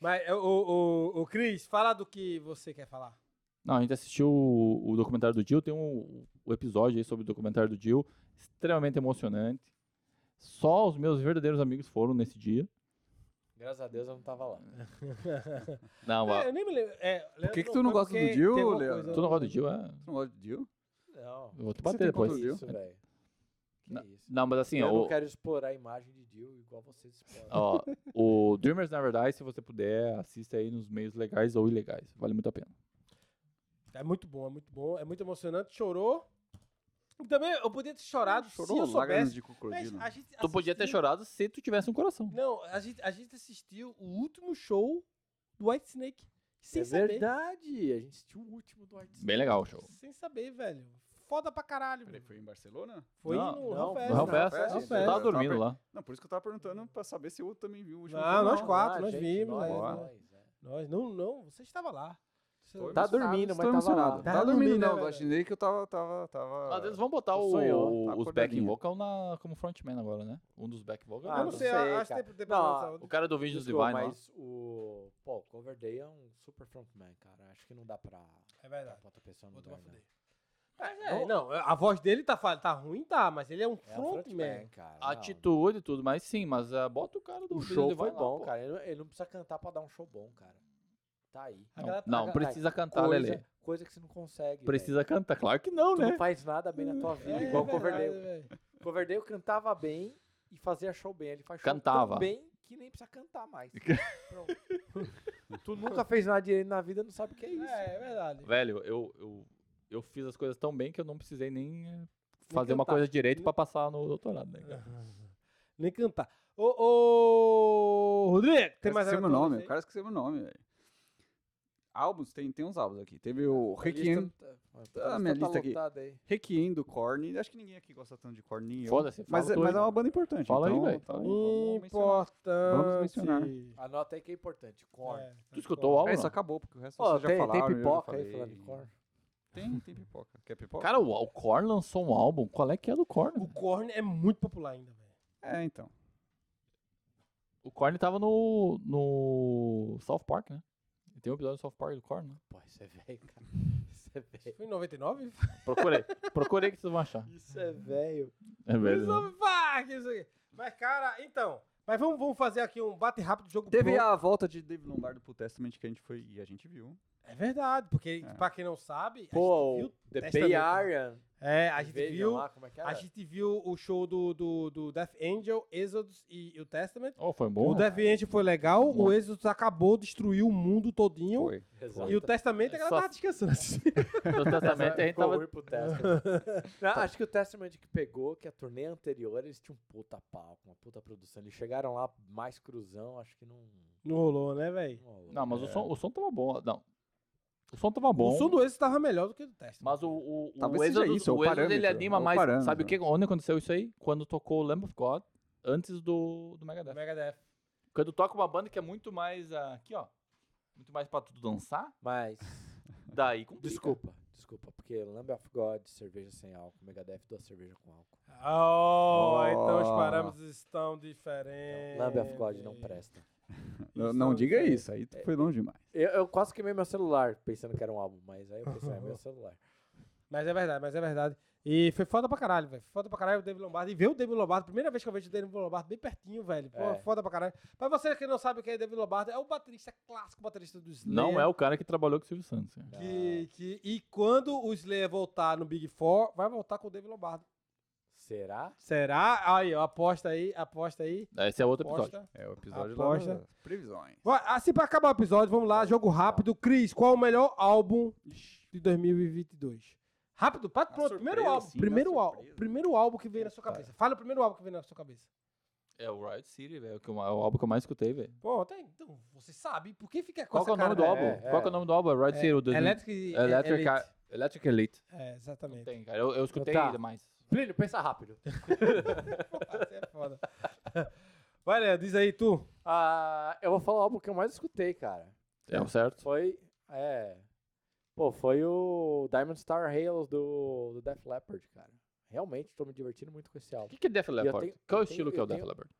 D: Mas é, o, o, o Cris, fala do que você quer falar.
A: Não, a gente assistiu o, o documentário do Jill, tem um, um episódio aí sobre o documentário do Jill, extremamente emocionante. Só os meus verdadeiros amigos foram nesse dia.
C: Graças a Deus eu não tava lá.
A: Não,
D: É,
A: a-
D: eu nem me lembro. É, Leandro
B: que que tu não
D: foi
B: gosta do
D: porque
B: Dio,
D: tem alguma
B: Leandro?
D: coisa-
A: tu não gosta do Jill, é.
B: Você não gosta de Dio?
C: Não.
A: Eu
B: O
A: vou te
B: que você
A: bater
B: tem
A: depois.
B: contra o Dio?
C: Que isso, velho. Que
A: Não,
C: isso.
A: Não, mas assim,
C: eu
A: o,
C: não quero explorar a imagem de Dio igual vocês exploram.
A: ó, o Dreamers Never Die, se você puder, assista aí nos meios legais ou ilegais. Vale muito a pena.
D: É muito bom, é muito bom. É muito emocionante. Chorou. E também eu podia ter chorado se eu
B: lágrimas
D: soubesse.
B: de
D: Mas
C: né?
B: crocodilo.
D: a gente
A: Tu podia ter
D: assistiu-
A: chorado se tu tivesse um coração.
D: Não, a gente, a gente assistiu o último show do White Snake. Sem
C: é
D: saber.
C: verdade. A gente assistiu o último do White Snake.
A: Bem legal o show.
D: Sem saber, velho. Foda pra caralho,
B: Peraí,
D: velho.
B: foi em Barcelona?
D: Foi
A: Não,
D: no
C: não,
D: Hellfest.
C: no
A: Rafael,
B: Hellfest,
A: Rafael,
B: Hellfest.
A: eu tava dormindo lá.
B: Não, por isso que eu tava perguntando pra saber se o outro também viu o último
D: Não,
B: filme.
D: Ah, nós quatro, nós
C: gente,
D: vimos,
C: Nós,
D: né?
C: nós, é.
D: Nós, não, não, você estava lá. Você-
B: Foi,
C: Tá
B: mas-
C: dormindo,
B: Estou
C: mas tava
B: emocionado.
C: lá.
D: Tá
B: Tava dormindo,
D: dormindo, né,
B: não. Eu
D: velho?
B: imaginei que eu tava... tava, tava...
A: Mas eles vão botar o-
B: sonhou, tá
A: os back
B: acordadinho. tá.
A: vocal na, como frontman agora, né? Um dos back vocal.
C: Ah,
D: eu
A: né?
D: não
C: não
D: sei,
C: sei,
D: acho que
C: cara.
D: tem problema de
C: Não,
D: saúde.
A: O cara do Vinge dos
C: Desculpa,
A: Divine lá.
C: mas o. Pô, o Coverday é um super frontman, cara. Acho que não dá pra.
D: É
C: pra
D: verdade.
C: outra pessoa no
D: Outro
C: lugar,
D: vai
C: não.
D: fuder. É, não, a voz dele tá, fa- tá ruim, tá, mas ele é um
C: É um
D: frontman.
C: frontman, cara. não.
A: Atitude e tudo, mas sim, mas ah, bota o cara do
C: O
A: Vinge
C: show
A: Divine
C: foi
A: lá,
C: bom,
A: pô.
C: cara. Ele, não- ele não precisa cantar pra dar um show bom, cara. Tá aí.
D: A galera-
A: Não,
D: a
A: não
D: galera-
A: precisa cantar,
C: coisa,
A: Lele.
C: coisa que você não consegue.
A: Tá, Precisa cantar, claro que não,
C: velho. Tu
A: né?
C: não faz nada bem na tua vida,
D: É,
C: igual o
D: é verdade,
C: Coverdale.
D: velho.
C: O Coverdale cantava bem e fazia show bem. Ele faz show
A: Cantava.
C: tão bem que nem precisa cantar mais. Pronto. tu nunca fez nada direito na vida, não sabe o que é isso.
D: É, é verdade.
A: Velho, eu, eu, eu fiz as coisas tão bem que eu não precisei nem eh, fazer uma
D: cantar.
A: coisa direito pra passar no doutorado, né, cara?
D: Nem cantar. Ô, ô, Rodrigo, tem
B: Tem
D: mais
B: mais o
D: aleatórios
B: nome,
D: aí?
B: o cara esqueceu meu nome, velho. Tá, Álbuns, tem, tem uns álbuns aqui. Teve o Requiem,
C: tá- a
B: Ah, minha lista aqui.
C: lotada aí.
B: Requiem do Korn. Acho que ninguém aqui gosta tanto de Korn, nem eu.
A: Foda-se, fala
B: Mas, é-
A: tu aí.
B: mas é uma banda importante.
A: Fala aí,
B: então,
A: velho.
B: tá aí, vamos mencionar.
D: Importante.
B: Vamos mencionar.
C: Anota aí que é importante. Corn.
D: É,
A: Tu escutou o álbum?
B: É, isso
A: não?
B: acabou, porque o resto
C: Ó,
B: vocês já
C: tem, tem
B: falaram. eu já
C: pipoca aí
B: falei.
C: falando de corn.
B: Tem, tem pipoca. Quer pipoca?
A: Cara, o, o Korn lançou um álbum. Qual é que é do Korn?
D: O Korn é muito popular ainda, velho.
B: É, então.
A: O Korn tava no, no South Park, né? Tem um episódio do South Park do Korn, né?
C: Pô, isso é velho, cara. Isso é velho.
D: Foi em 99?
A: Procurei. Procurei que vocês vão achar.
C: Isso é velho.
A: É velho. né?
D: South Park, isso aqui. Mas, cara, então. Mas vamos, vamos fazer aqui um bate rápido do jogo
B: Teve
D: pronto.
B: a volta de David Lombardo pro Testament que a gente foi e a gente viu.
D: É verdade, porque,
B: É.
D: pra quem não sabe, a
C: Pô,
D: gente
C: o The
D: Testament,
C: Bay
D: né?
C: Area.
D: viu. É, a gente
C: Vejam
D: viu.
C: lá como é que era.
D: A gente viu o show do, do, do Death Angel, Exodus e, e o Testament.
A: Oh, foi
D: o
A: bom.
D: Death Angel foi legal,
A: Bom.
D: o Exodus acabou, destruiu o mundo todinho.
B: Foi.
C: Exato.
D: E o Testament, é a galera
A: Só-
D: tava descansando.
A: No testamento a gente
C: Ficou
A: tava.
C: ruim pro Testament. Não, acho que o Testament que pegou, que a turnê anterior, eles tinham um puta palco, uma puta produção. Eles chegaram lá mais cruzão, acho que não.
D: Não rolou, né, velho?
C: não rolou.
A: Não, mas o, som, o som tava bom. Não. um- É. O som tava bom.
D: O som do Exodus tava melhor do que o do Testament.
A: Mas o, o, o
B: Talvez seja
A: Exodus,
B: isso, é o
A: o Exodus ele
B: parâmetro,
A: anima
B: é o
A: mais.
B: parâmetro.
A: Sabe o que? Onde aconteceu isso aí? Quando tocou o Lamb of God antes do, do
D: O
A: Megadeth.
D: Megadeth.
A: Quando toca uma banda que é muito mais. ah, Aqui, ó. Muito mais pra tu dançar.
C: Mas.
A: Daí complica.
C: Desculpa, desculpa. Porque Lamb of God, cerveja sem álcool, Megadeth, duas cervejas com álcool.
D: Oh,
B: Oh.
D: então os parâmetros estão diferentes.
C: Então, Lamb of God não
D: É.
C: presta.
B: Não,
D: Isso
B: não
D: é
B: diga
D: diferente.
B: isso, aí tu foi longe demais.
C: Eu, eu quase queimei meu celular pensando que era um álbum, mas aí eu pensei, é meu celular.
D: Mas é verdade, mas é verdade. E foi foda pra caralho, velho. Foda pra caralho o David Lombardo. E ver o David Lombardo, primeira vez que eu vejo o David Lombardo bem pertinho, velho. Pô,
C: É.
D: foda pra caralho. Pra você que não sabe o que é David Lombardo, é o baterista clássico, baterista do Slayer.
A: Não é o cara que trabalhou com o Silvio Santos. cara.
D: Que, que, e quando o Slayer voltar no Big Four, vai voltar com o David Lombardo.
C: Será?
D: Será? Aí, ó, aposta aí, aposta aí.
A: Esse é outro episódio.
D: Aposta.
B: É o episódio
D: Aposta.
B: lá das previsões.
D: Vai, Assim, pra acabar o episódio, vamos lá, jogo rápido. Cris, qual o melhor álbum de 2022? Rápido, pato, pronto.
B: surpresa,
D: primeiro álbum.
B: sim, na
D: primeiro, álbum
B: surpresa.
D: primeiro álbum que veio na sua cabeça. Fala o primeiro álbum que veio na sua cabeça.
A: É o Riot City, velho. que é o álbum que eu mais escutei, velho.
D: Pô, até então, você sabe. Por que fica com
A: Qual que é o
D: essa
A: nome do
D: cara?
A: álbum?
C: é,
A: Qual que é
C: é.
A: o nome do álbum? Riot City. o
D: É,
A: dois mil-
D: Electric, Electric
A: Electric,
D: Elite.
A: A- Electric Elite.
D: É, exatamente.
A: Não tem, cara. Eu, eu escutei
C: Tá.
A: demais.
C: Plínio, pensa rápido.
D: Você é foda. Vai, Léo, diz aí tu.
C: Ah, eu vou falar o álbum que eu mais escutei, cara.
A: É o certo?
C: Foi. É. Pô, foi o Diamond Star Halos do, do Def Leppard, cara. Realmente, tô me divertindo muito com esse
A: O
C: álbum.
A: que, que é Def Leppard?
C: tenho-
A: Qual é o
C: eu
A: estilo
C: tenho-
A: que é o
C: eu
A: Def
C: tenho-
A: Leppard?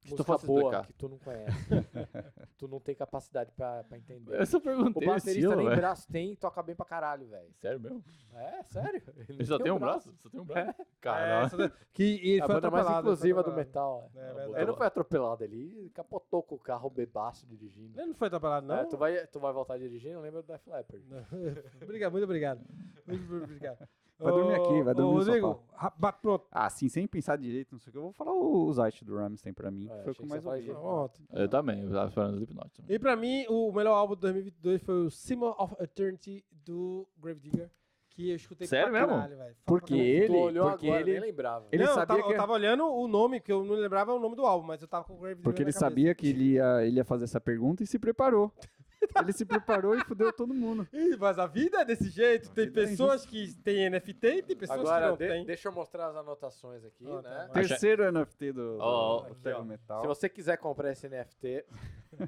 A: Se tu
C: Música
A: fosse
C: boa
A: explicar.
C: que tu não conhece. tu não tem capacidade pra, pra entender.
A: Eu só
C: O
A: perguntei o,
C: baterista
A: estilo,
C: nem
A: velho.
C: braço tem e toca bem pra caralho, velho.
A: Sério mesmo?
C: É, sério.
A: Ele só tem um braço? Só tem um braço? Caralho.
D: É, só- que e ele
C: É a
D: foi
C: banda mais
D: atropelado. ele foi
C: inclusiva do
D: atropelado.
C: metal.
D: É
C: É.
D: verdade.
C: ele não foi atropelado, ele capotou com o carro bebaço dirigindo.
D: Ele não foi atropelado, não?
C: É, tu, vai, tu vai voltar a dirigir? Eu lembro do Def Leppard.
D: Não. obrigado, muito obrigado. Muito obrigado.
B: Vai dormir aqui, vai dormir
D: Ô,
B: no
D: Rodrigo, ra- ba- pronto.
B: Ah, sim, sem pensar direito, não sei o que. Eu vou falar o Zayt do Ramstein pra mim.
C: É,
B: que foi
C: achei
B: o que
C: que
B: mais
C: você ia
B: ouvi.
C: falar
D: Pronto.
A: Eu também, eu tava esperando o Slipknot. também.
D: E pra mim, o melhor álbum de 2022 foi o Symbol of Eternity do Gravedigger, que eu escutei
A: Sério
D: pra
A: mesmo?
D: caralho, velho. Fala
B: Porque
D: pra caralho.
B: ele,
C: tu olhou
B: porque
C: agora,
B: ele,
C: nem lembrava.
B: ele
D: não, eu
B: sabia
D: tava,
B: que-
D: eu tava olhando o nome, que eu não lembrava o nome do álbum, mas eu tava com o Grave
B: porque ele sabia que ele ia, ele ia fazer essa pergunta e se preparou. ele se preparou e fudeu todo mundo.
D: Ih, mas a vida é desse jeito. Tem pessoas que têm NFT e tem pessoas que
C: Agora,
D: não
C: de-
D: têm.
C: deixa eu mostrar as anotações aqui,
D: Ah, tá
C: né?
A: Acha-
B: Terceiro NFT do, do,
A: Ó,
B: do
C: aqui,
B: Tego
C: ó.
B: Metal.
C: Se você quiser comprar esse NFT,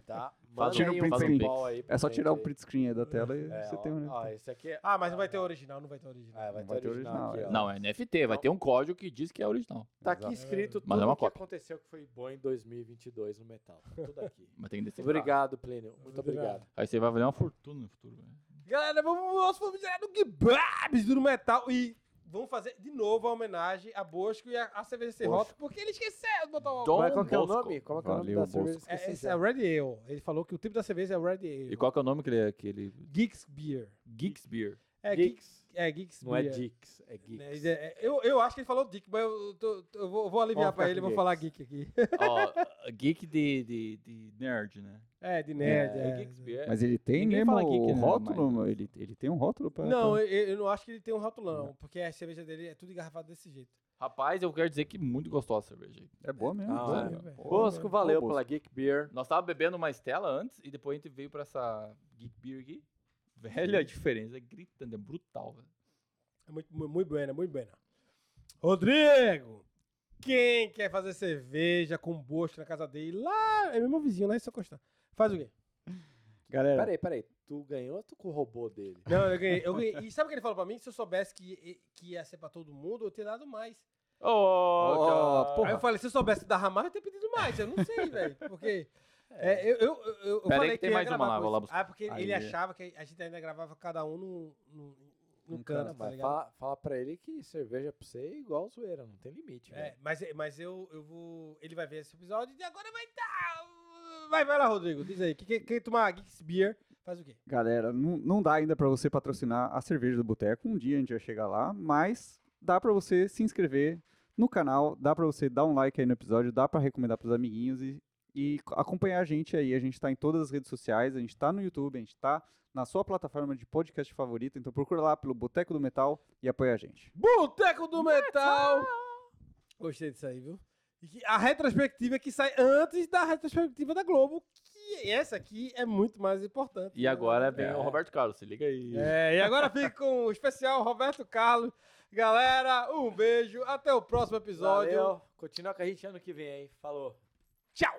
C: tá? Manda
A: Tira o
C: aí um
A: print screen.
C: PayPal aí.
B: É
C: pra
B: só tirar o
C: gente aí.
B: print screen aí da tela e
C: É,
B: você
C: ó,
B: tem um NFT.
C: Ó, esse aqui é...
D: Ah, mas não vai ter original, não vai ter original.
C: Ah, vai,
B: Não vai
C: ter
B: ter
C: original,
B: original,
C: aqui, ó.
A: Não, é NFT,
C: Então-
A: vai ter um código que diz que é original.
C: Tá aqui
B: Exato.
C: escrito
A: Mas é
C: tudo
A: uma
C: o que
A: cópia.
C: aconteceu que foi bom em 2022 no metal. Tá tudo aqui.
A: Mas tem que decifrar.
C: obrigado, Plínio. Muito
D: Obrigado.
C: obrigado.
A: Aí você vai valer uma fortuna no futuro. velho.
D: Galera, vamos pro nosso vamos direto do Gibbs do Metal e vamos fazer de novo a homenagem a Bosco e a, a CVC
C: Bosco.
D: Rock, porque ele esqueceu de botar o
A: Dom
C: Mas qual que é o
A: Bosco.
C: nome? Qual que é o nome
B: Valeu,
C: da cerveja?
B: Bosco.
D: é,
C: Esqueci
D: esse
C: já.
D: é Red Ale. Ele falou que o tipo da cerveja é Red Ale.
A: E qual que é o nome que ele... Que ele...
D: Geeks Beer.
A: Geeks Beer.
D: É Geeks,
C: Geeks.
D: é, Geeks
C: Não é
D: Beer.
C: Dix, é Geeks.
D: É, é, é, Eu, eu acho que ele falou Dick, mas eu, tô- tô- eu vou, eu vou aliviar
C: Vamos
D: pra
C: ficar
D: ele e
C: com
D: vou
C: Geeks.
D: falar Geek aqui.
A: Ó, geek de, de, de nerd, né?
D: É, de nerd.
A: É,
D: é.
A: Geeks Beer.
B: Mas ele tem
A: Ninguém
B: mesmo
A: fala geek,
B: o
A: né,
B: rótulo?
A: mas-
B: mano? Ele, ele tem um rótulo pra...
D: Não,
B: pra-
D: eu, eu não acho que ele tem um rotulão, porque a cerveja dele é tudo engarrafado desse jeito.
A: Rapaz, eu quero dizer que muito gostosa a cerveja. aí.
B: É boa mesmo.
C: Ah,
B: boa
C: é,
B: mesmo.
D: velho.
B: Boa
C: Bosco,
B: mesmo.
C: valeu
B: Boa,
C: pela
B: Bosco.
C: Geek Beer.
A: Nós tava bebendo uma Estela antes e depois a gente veio pra essa Geek Beer aqui. Velho, a diferença é gritando, é brutal, velho.
D: É muito, mu- muito buena, muito buena. Rodrigo, quem quer fazer cerveja com bosco na casa dele? Lá, é meu vizinho, lá em São Costa. Faz o quê?
B: Galera,
C: Peraí, peraí. Tu ganhou ou tu corrobou dele?
D: Não, eu ganhei. eu ganhei. E sabe o que ele falou pra mim? Se eu soubesse que, que ia ser pra todo mundo, eu teria dado mais.
A: Oh,
B: Ó,
A: cara.
B: porra.
D: Aí eu falei, se eu soubesse que dava mais, eu teria pedido mais. Eu não sei, velho. Porque. é, eu, eu, eu, eu
A: Pera aí
D: falei
A: que tem
D: ia
A: mais uma
D: gravar
A: lá,
D: com
A: vou lá
D: isso.
A: buscar.
D: Ah, porque ele
A: Aí. é.
D: achava que a gente ainda gravava cada um no, no, no
B: Um canto,
D: canto, tá
C: Mas
D: ligado?
C: fala, fala pra ele que cerveja pra você é igual zoeira, não tem limite.
D: É,
C: velho.
D: mas, mas eu, eu vou. Ele vai ver esse episódio e agora vai dar. Vai, vai lá, Rodrigo. Diz aí. Quem, quem, quem tomar Geeks Beer faz o quê?
B: Galera, não, não dá ainda pra você patrocinar a cerveja do boteco. Um dia a gente vai chegar lá, mas dá pra você se inscrever no canal, dá pra você dar um like aí no episódio, dá pra recomendar pros amiguinhos e, e c- acompanhar a gente aí. A gente tá em todas as redes sociais, a gente tá no YouTube, a gente tá na sua plataforma de podcast favorita. Então procura lá pelo Boteco do Metal e apoia a gente.
D: Boteco do Metal! Gostei disso aí, viu? E que- a retrospectiva que sai antes da retrospectiva da Globo, que essa aqui é muito mais importante.
A: E
D: né?
A: agora vem
D: É.
A: o Roberto Carlos, se liga aí.
D: É, e agora fica com o especial Roberto Carlos. Galera, um beijo. Até o próximo episódio.
C: Valeu. Continua com a gente ano que vem, hein? Falou.
D: Tchau!